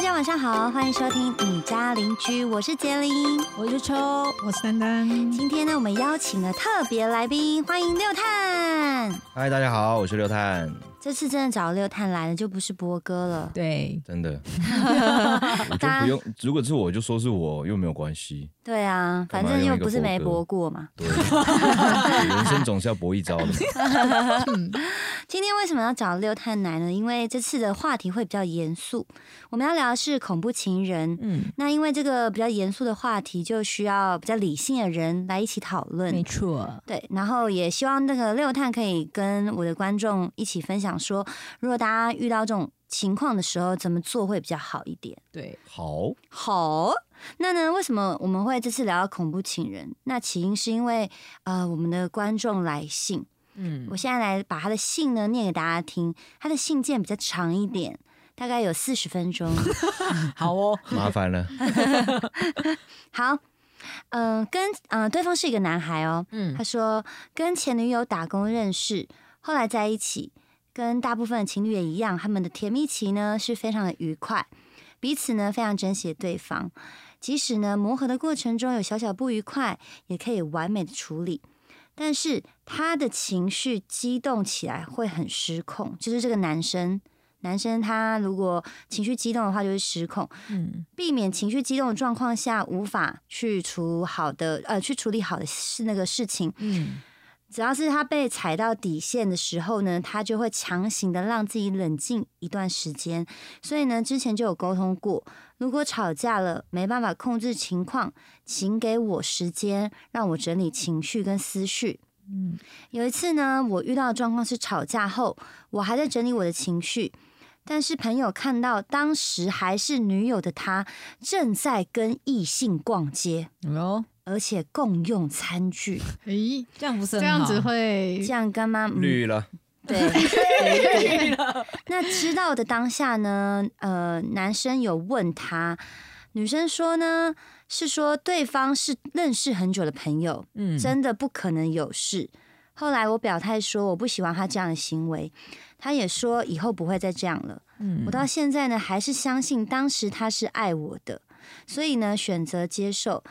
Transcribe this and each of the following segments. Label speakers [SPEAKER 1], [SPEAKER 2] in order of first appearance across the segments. [SPEAKER 1] 家晚上好，欢迎收听你家邻居，我是杰林。
[SPEAKER 2] 我是秋，我是丹丹。
[SPEAKER 1] 今天呢，我们邀请了特别来宾，欢迎六探。
[SPEAKER 3] 嗨，大家好，我是刘探，
[SPEAKER 1] 这次真的找六探来了，就不是博哥了。
[SPEAKER 2] 对，
[SPEAKER 3] 真的，我就不用，如果是我就说是我，又没有关系。
[SPEAKER 1] 对啊，反
[SPEAKER 3] 干嘛
[SPEAKER 1] 正
[SPEAKER 3] 用
[SPEAKER 1] 又
[SPEAKER 3] 一个
[SPEAKER 1] 不是没
[SPEAKER 3] 博
[SPEAKER 1] 博
[SPEAKER 3] 哥
[SPEAKER 1] 过嘛。
[SPEAKER 3] 对，人生总是要搏一招的嘛。
[SPEAKER 1] 今天为什么要找六探来呢？因为这次的话题会比较严肃，我们要聊的是恐怖情人。
[SPEAKER 2] 嗯，
[SPEAKER 1] 那因为这个比较严肃的话题，就需要比较理性的人来一起讨
[SPEAKER 2] 没
[SPEAKER 1] 论。
[SPEAKER 2] 错，
[SPEAKER 1] 对，然后也希望那个六探可以跟我的观众一起分享说，如果大家遇到这种情况的时候，怎么做会比较好一点。
[SPEAKER 2] 对，
[SPEAKER 3] 好，
[SPEAKER 1] 好，那呢，为什么我们会这次聊到恐怖情人？那起因是因为呃，我们的观众来信，
[SPEAKER 2] 嗯
[SPEAKER 1] 我，现在来把他的信呢念给大家听。他的信件比较长一点，大概有四十分钟。
[SPEAKER 2] 好哦，
[SPEAKER 3] 麻烦了，
[SPEAKER 1] 好，嗯、跟嗯、呃对方是一个男孩哦，
[SPEAKER 2] 嗯
[SPEAKER 1] 他说跟前女友打工认识，后来在一起，跟大部分的情侣也一样，他们的甜蜜期呢是非常的愉快，彼此呢非常珍惜对方，即使呢磨合的过程中有小小不愉快，也可以完美的处理。但是他的情绪激动起来会很失控，就是这个男生，男生他如果情绪激动的话就会失控，
[SPEAKER 2] 嗯，
[SPEAKER 1] 避免情绪激动的状况下无法去处好的呃去处理好的事那个事情，
[SPEAKER 2] 嗯，
[SPEAKER 1] 只要是他被踩到底线的时候呢，他就会强行的让自己冷静一段时间。所以呢，之前就有沟通过，如果吵架了没办法控制情况，请给我时间让我整理情绪跟思绪。
[SPEAKER 2] 嗯，
[SPEAKER 1] 有一次呢，我遇到的状况是吵架后，我还在整理我的情绪，但是朋友看到当时还是女友的她正在跟异性逛街，
[SPEAKER 2] 哦，
[SPEAKER 1] 而且共用餐具，
[SPEAKER 4] 诶，
[SPEAKER 2] 这样不是
[SPEAKER 4] 这
[SPEAKER 2] 很
[SPEAKER 4] 样
[SPEAKER 2] 好
[SPEAKER 4] 子会
[SPEAKER 1] 这样干妈、嗯、
[SPEAKER 3] 绿了，
[SPEAKER 1] 对。 那知道的当下呢，呃，男生有问她，女生说呢是说对方是认识很久的朋友，
[SPEAKER 2] 嗯
[SPEAKER 1] 真的不可能有事。后来我表态说我不喜欢他这样的行为，他也说以后不会再这样了。
[SPEAKER 2] 嗯
[SPEAKER 1] 我到现在呢还是相信当时他是爱我的，所以呢选择接受，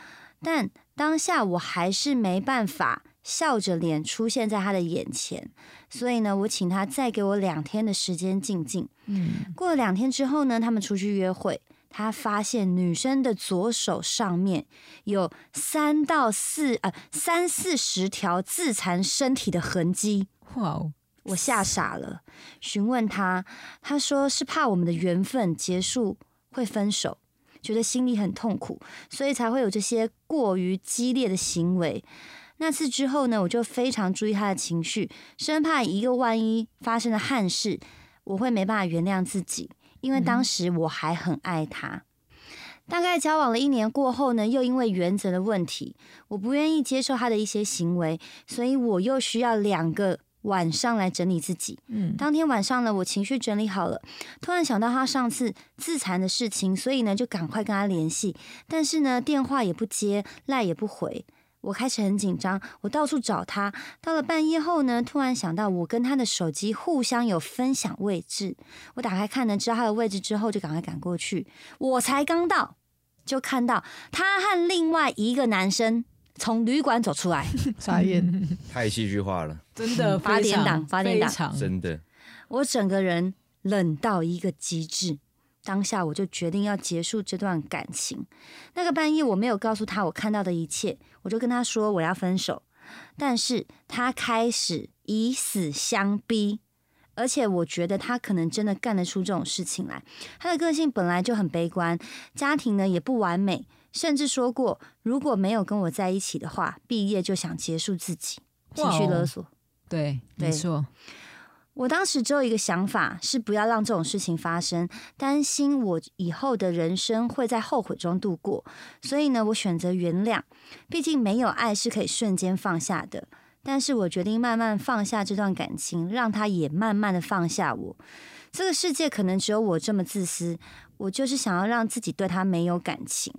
[SPEAKER 1] 但当下我还是没办法笑着脸出现在他的眼前，所以呢我请他再给我两天的时间静静。
[SPEAKER 2] 嗯
[SPEAKER 1] 过了两天之后呢，他们出去约会，他发现女生的左手上面有三到四呃三四十条自残身体的痕迹，
[SPEAKER 2] 哇哦，
[SPEAKER 1] 我吓傻了，询问他，他说是怕我们的缘分结束会分手。觉得心里很痛苦，所以才会有这些过于激烈的行为。那次之后呢，我就非常注意他的情绪，生怕一个万一发生了憾事，我会没办法原谅自己，因为当时我还很爱他。大概交往了一年过后呢，又因为原则的问题，我不愿意接受他的一些行为，所以我又需要两个晚上来整理自己。
[SPEAKER 2] 嗯
[SPEAKER 1] 当天晚上呢，我情绪整理好了，突然想到他上次自残的事情，所以呢就赶快跟他联系，但是呢电话也不接，赖也不回。我开始很紧张，我到处找他。到了半夜后呢，突然想到我跟他的手机互相有分享位置，我打开看呢，知道他的位置之后，就赶快赶过去。我才刚到，就看到他和另外一个男生从旅馆走出来。
[SPEAKER 4] 傻眼，
[SPEAKER 3] 太戏剧化了，
[SPEAKER 2] 真的
[SPEAKER 1] 八
[SPEAKER 2] 非
[SPEAKER 1] 点
[SPEAKER 2] 常哦
[SPEAKER 1] 档八点档
[SPEAKER 2] 非常
[SPEAKER 3] 真的。
[SPEAKER 1] 我整个人冷到一个极致。当下我就决定要结束这段感情。那个半夜，我没有告诉他我看到的一切，我就跟他说我要分手。但是他开始以死相逼，而且我觉得他可能真的干得出这种事情来。他的个性本来就很悲观，家庭呢也不完美，甚至说过如果没有跟我在一起的话，毕业就想结束自己，情
[SPEAKER 2] 哦
[SPEAKER 1] 绪勒索。
[SPEAKER 2] 对，
[SPEAKER 1] 对
[SPEAKER 2] 没错，
[SPEAKER 1] 我当时只有一个想法，是不要让这种事情发生，担心我以后的人生会在后悔中度过，所以呢，我选择原谅。毕竟没有爱是可以瞬间放下的，但是我决定慢慢放下这段感情，让他也慢慢的放下我。这个世界可能只有我这么自私，我就是想要让自己对他没有感情。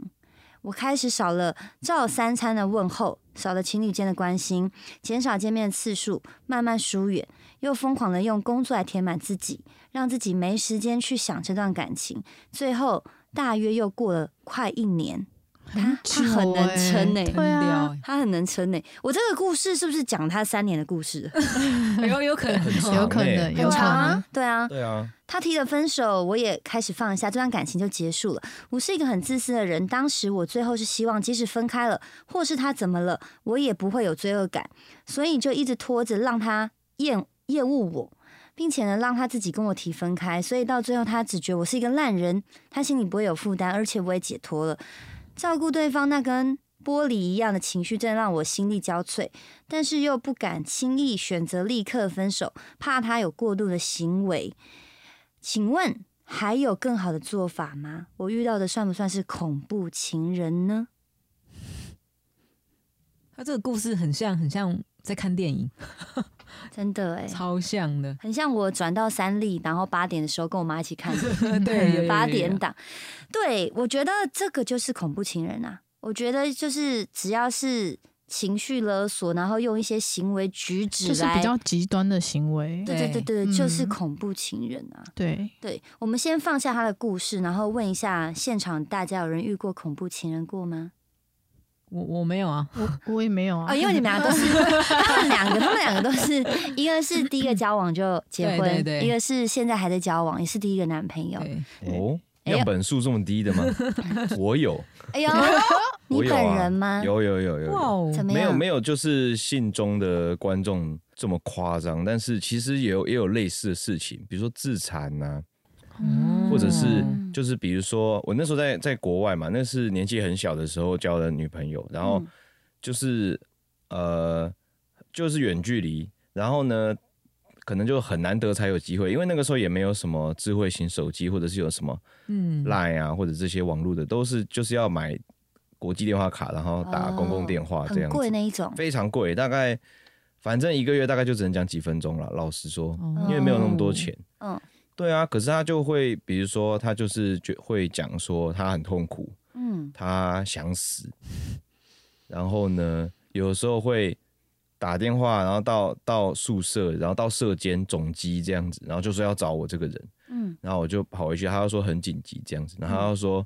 [SPEAKER 1] 我开始少了照三餐的问候，少了情侣间的关心，减少见面的次数，慢慢疏远。又疯狂的用工作来填满自己，让自己没时间去想这段感情，最后大约又过了快一年，他
[SPEAKER 2] 很
[SPEAKER 1] 他很能撑呢、
[SPEAKER 2] 久欸
[SPEAKER 1] 对
[SPEAKER 2] 很屌
[SPEAKER 1] 啊
[SPEAKER 2] 欸，
[SPEAKER 1] 他很能撑呢、我这个故事是不是讲他三年的故事？
[SPEAKER 2] 有哎有可能哦
[SPEAKER 3] 很
[SPEAKER 2] 有
[SPEAKER 3] 长
[SPEAKER 2] 可能
[SPEAKER 3] 欸
[SPEAKER 2] 有可
[SPEAKER 1] 长
[SPEAKER 2] 能
[SPEAKER 1] 啊，对啊，
[SPEAKER 3] 对啊，
[SPEAKER 1] 他提了分手，我也开始放下，这段感情就结束了。我是一个很自私的人，当时我最后是希望，即使分开了，或是他怎么了，我也不会有罪恶感，所以就一直拖着，让他厌厌恶我，并且呢，让他自己跟我提分开。所以到最后，他只觉得我是一个烂人，他心里不会有负担，而且我也解脱了，照顾对方那跟玻璃一样的情绪，真的让我心力交瘁，但是又不敢轻易选择立刻分手，怕他有过度的行为。请问还有更好的做法吗？我遇到的算不算是恐怖情人呢？
[SPEAKER 2] 他这个故事很像，很像在看电影，
[SPEAKER 1] 真的哎、
[SPEAKER 2] 超 像的。
[SPEAKER 1] 很像我转到三立，然后八点的时候跟我妈一起看的
[SPEAKER 2] 对
[SPEAKER 1] 八点档。对，我觉得这个就是恐怖情人啊！我觉得就是只要是情绪勒索，然后用一些行为举止
[SPEAKER 4] 就是
[SPEAKER 1] 来，
[SPEAKER 4] 比较极端的行为。
[SPEAKER 1] 对对对对，
[SPEAKER 4] 嗯
[SPEAKER 1] 就是恐怖情人啊！
[SPEAKER 4] 对，
[SPEAKER 1] 对，我们先放下他的故事，然后问一下现场大家有人遇过恐怖情人过吗？
[SPEAKER 2] 我我哎没有啊，
[SPEAKER 4] 我我也没有啊
[SPEAKER 1] 哦，，因为你们俩都 是他们两个，他们两个都是，一个是第一个交往就结婚，
[SPEAKER 2] 对对对
[SPEAKER 1] 一个是现在还在交往，也是第一个男朋友。
[SPEAKER 2] 对，
[SPEAKER 3] 哦，
[SPEAKER 1] 哎呦
[SPEAKER 3] 样本数这么低的吗？我有，
[SPEAKER 1] 哎呦，你
[SPEAKER 3] 我有啊
[SPEAKER 1] 本人吗？
[SPEAKER 3] 有有有有有，
[SPEAKER 2] 哇哦，
[SPEAKER 1] 怎么
[SPEAKER 3] 没
[SPEAKER 1] 样？
[SPEAKER 3] 有没有，就是信中的观众这么夸张，但是其实也有也有类似的事情，比如说自残呐、
[SPEAKER 2] 嗯
[SPEAKER 3] 或者是
[SPEAKER 1] 嗯
[SPEAKER 3] 就是比如说我那时候在在国外嘛，那是年纪很小的时候交的女朋友，然后
[SPEAKER 1] 嗯
[SPEAKER 3] 就是、呃就是远距离，然后呢可能就很难得才有机会，因为那个时候也没有什么智慧型手机或者是有什么
[SPEAKER 2] 嗯，
[SPEAKER 3] Line 啊或者这些网络的，都是就是要买国际电话卡，然后打公共电话这
[SPEAKER 1] 哦很
[SPEAKER 3] 样子，
[SPEAKER 1] 贵那一种，
[SPEAKER 3] 非常贵，大概反正一个月大概就只能讲几分钟了。老实说，
[SPEAKER 2] 哦
[SPEAKER 3] 因为没有那么多钱。
[SPEAKER 1] 嗯
[SPEAKER 3] 对啊，可是他就会，比如说他就是觉会讲说他很痛苦，
[SPEAKER 1] 嗯，
[SPEAKER 3] 他想死，然后呢，有时候会打电话，然后到到宿舍，然后到舍监总机这样子，然后就说要找我这个人，
[SPEAKER 1] 嗯，
[SPEAKER 3] 然后我就跑回去，他就说很紧急这样子，然后他就说。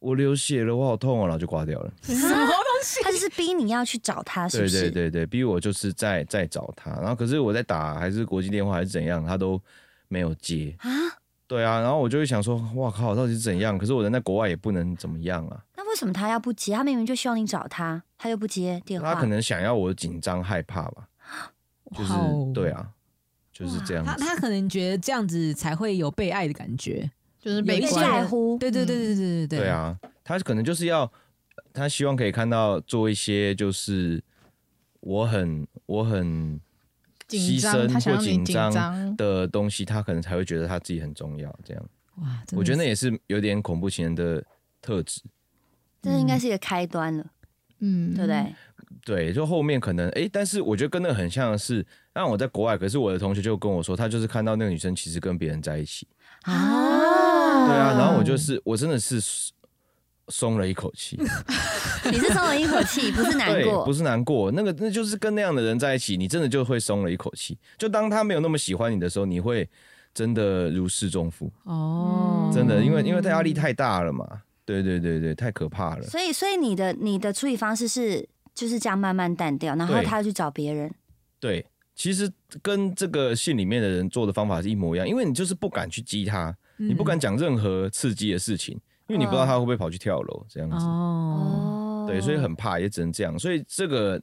[SPEAKER 3] 我流血了，我好痛哦，然后就挂掉了。
[SPEAKER 1] 他就是逼你要去找他，是不是？
[SPEAKER 3] 对对对对，逼我就是在在找他，然后可是我在打还是国际电话还是怎样，他都没有接。
[SPEAKER 1] 啊，
[SPEAKER 3] 对啊，然后我就会想说，哇靠，到底是怎样？可是我人在国外也不能怎么样啊。
[SPEAKER 1] 那为什么他要不接？他明明就希望你找他，他又不接电话。
[SPEAKER 3] 他可能想要我紧张害怕吧，就是
[SPEAKER 2] 哇哦
[SPEAKER 3] 对，啊，就是这样
[SPEAKER 2] 他
[SPEAKER 3] 子。
[SPEAKER 2] 他可能觉得这样子才会有被爱的感觉，
[SPEAKER 4] 就是
[SPEAKER 2] 有
[SPEAKER 4] 被
[SPEAKER 2] 一
[SPEAKER 1] 被
[SPEAKER 2] 些
[SPEAKER 4] 关
[SPEAKER 1] 在乎
[SPEAKER 2] 对对对对对对对
[SPEAKER 3] 对，啊，他可能就是要他希望可以看到做一些就是我很我很
[SPEAKER 4] 紧
[SPEAKER 3] 牺
[SPEAKER 4] 张，
[SPEAKER 3] 牲
[SPEAKER 4] 他想
[SPEAKER 3] 或
[SPEAKER 4] 让你
[SPEAKER 3] 紧
[SPEAKER 4] 紧
[SPEAKER 3] 张
[SPEAKER 4] 张，
[SPEAKER 3] 的东西，他可能才会觉得他自己很重要。这样，
[SPEAKER 2] 哇，真的
[SPEAKER 3] 我觉得那
[SPEAKER 2] 是
[SPEAKER 3] 也是有点恐怖情人的特质。
[SPEAKER 1] 这应该是一个开端了，
[SPEAKER 4] 嗯，
[SPEAKER 1] 对不？对？
[SPEAKER 3] 对，就后面可能哎、诶但是我觉得跟那个很像的是，让我在国外，可是我的同学就跟我说，他就是看到那个女生其实跟别人在一起，
[SPEAKER 1] 啊
[SPEAKER 3] 嗯对啊，然后我就是我真的是松松了一口气，
[SPEAKER 1] 你是松了一口气，不是难
[SPEAKER 3] 对，
[SPEAKER 1] 过
[SPEAKER 3] 不，是难过，那个那就是跟那样的人在一起，你真的就会松了一口气。就当他没有那么喜欢你的时候，你会真的如释重负，
[SPEAKER 2] 哦，
[SPEAKER 3] 真的，因为因为他压力太大了嘛，对对对对，太可怕了。
[SPEAKER 1] 所以，所以你的你的处理方式是就是这样慢慢淡掉，然后
[SPEAKER 3] 对
[SPEAKER 1] 他要去找别人。
[SPEAKER 3] 对，其实跟这个信里面的人做的方法是一模一样，因为你就是不敢去激他，你
[SPEAKER 2] 你
[SPEAKER 3] 不敢讲任何刺激的事情，因为你不知道他会不会跑去跳楼这样子。
[SPEAKER 1] 哦
[SPEAKER 2] 哦，
[SPEAKER 3] 对，所以很怕，也只能这样。所以这个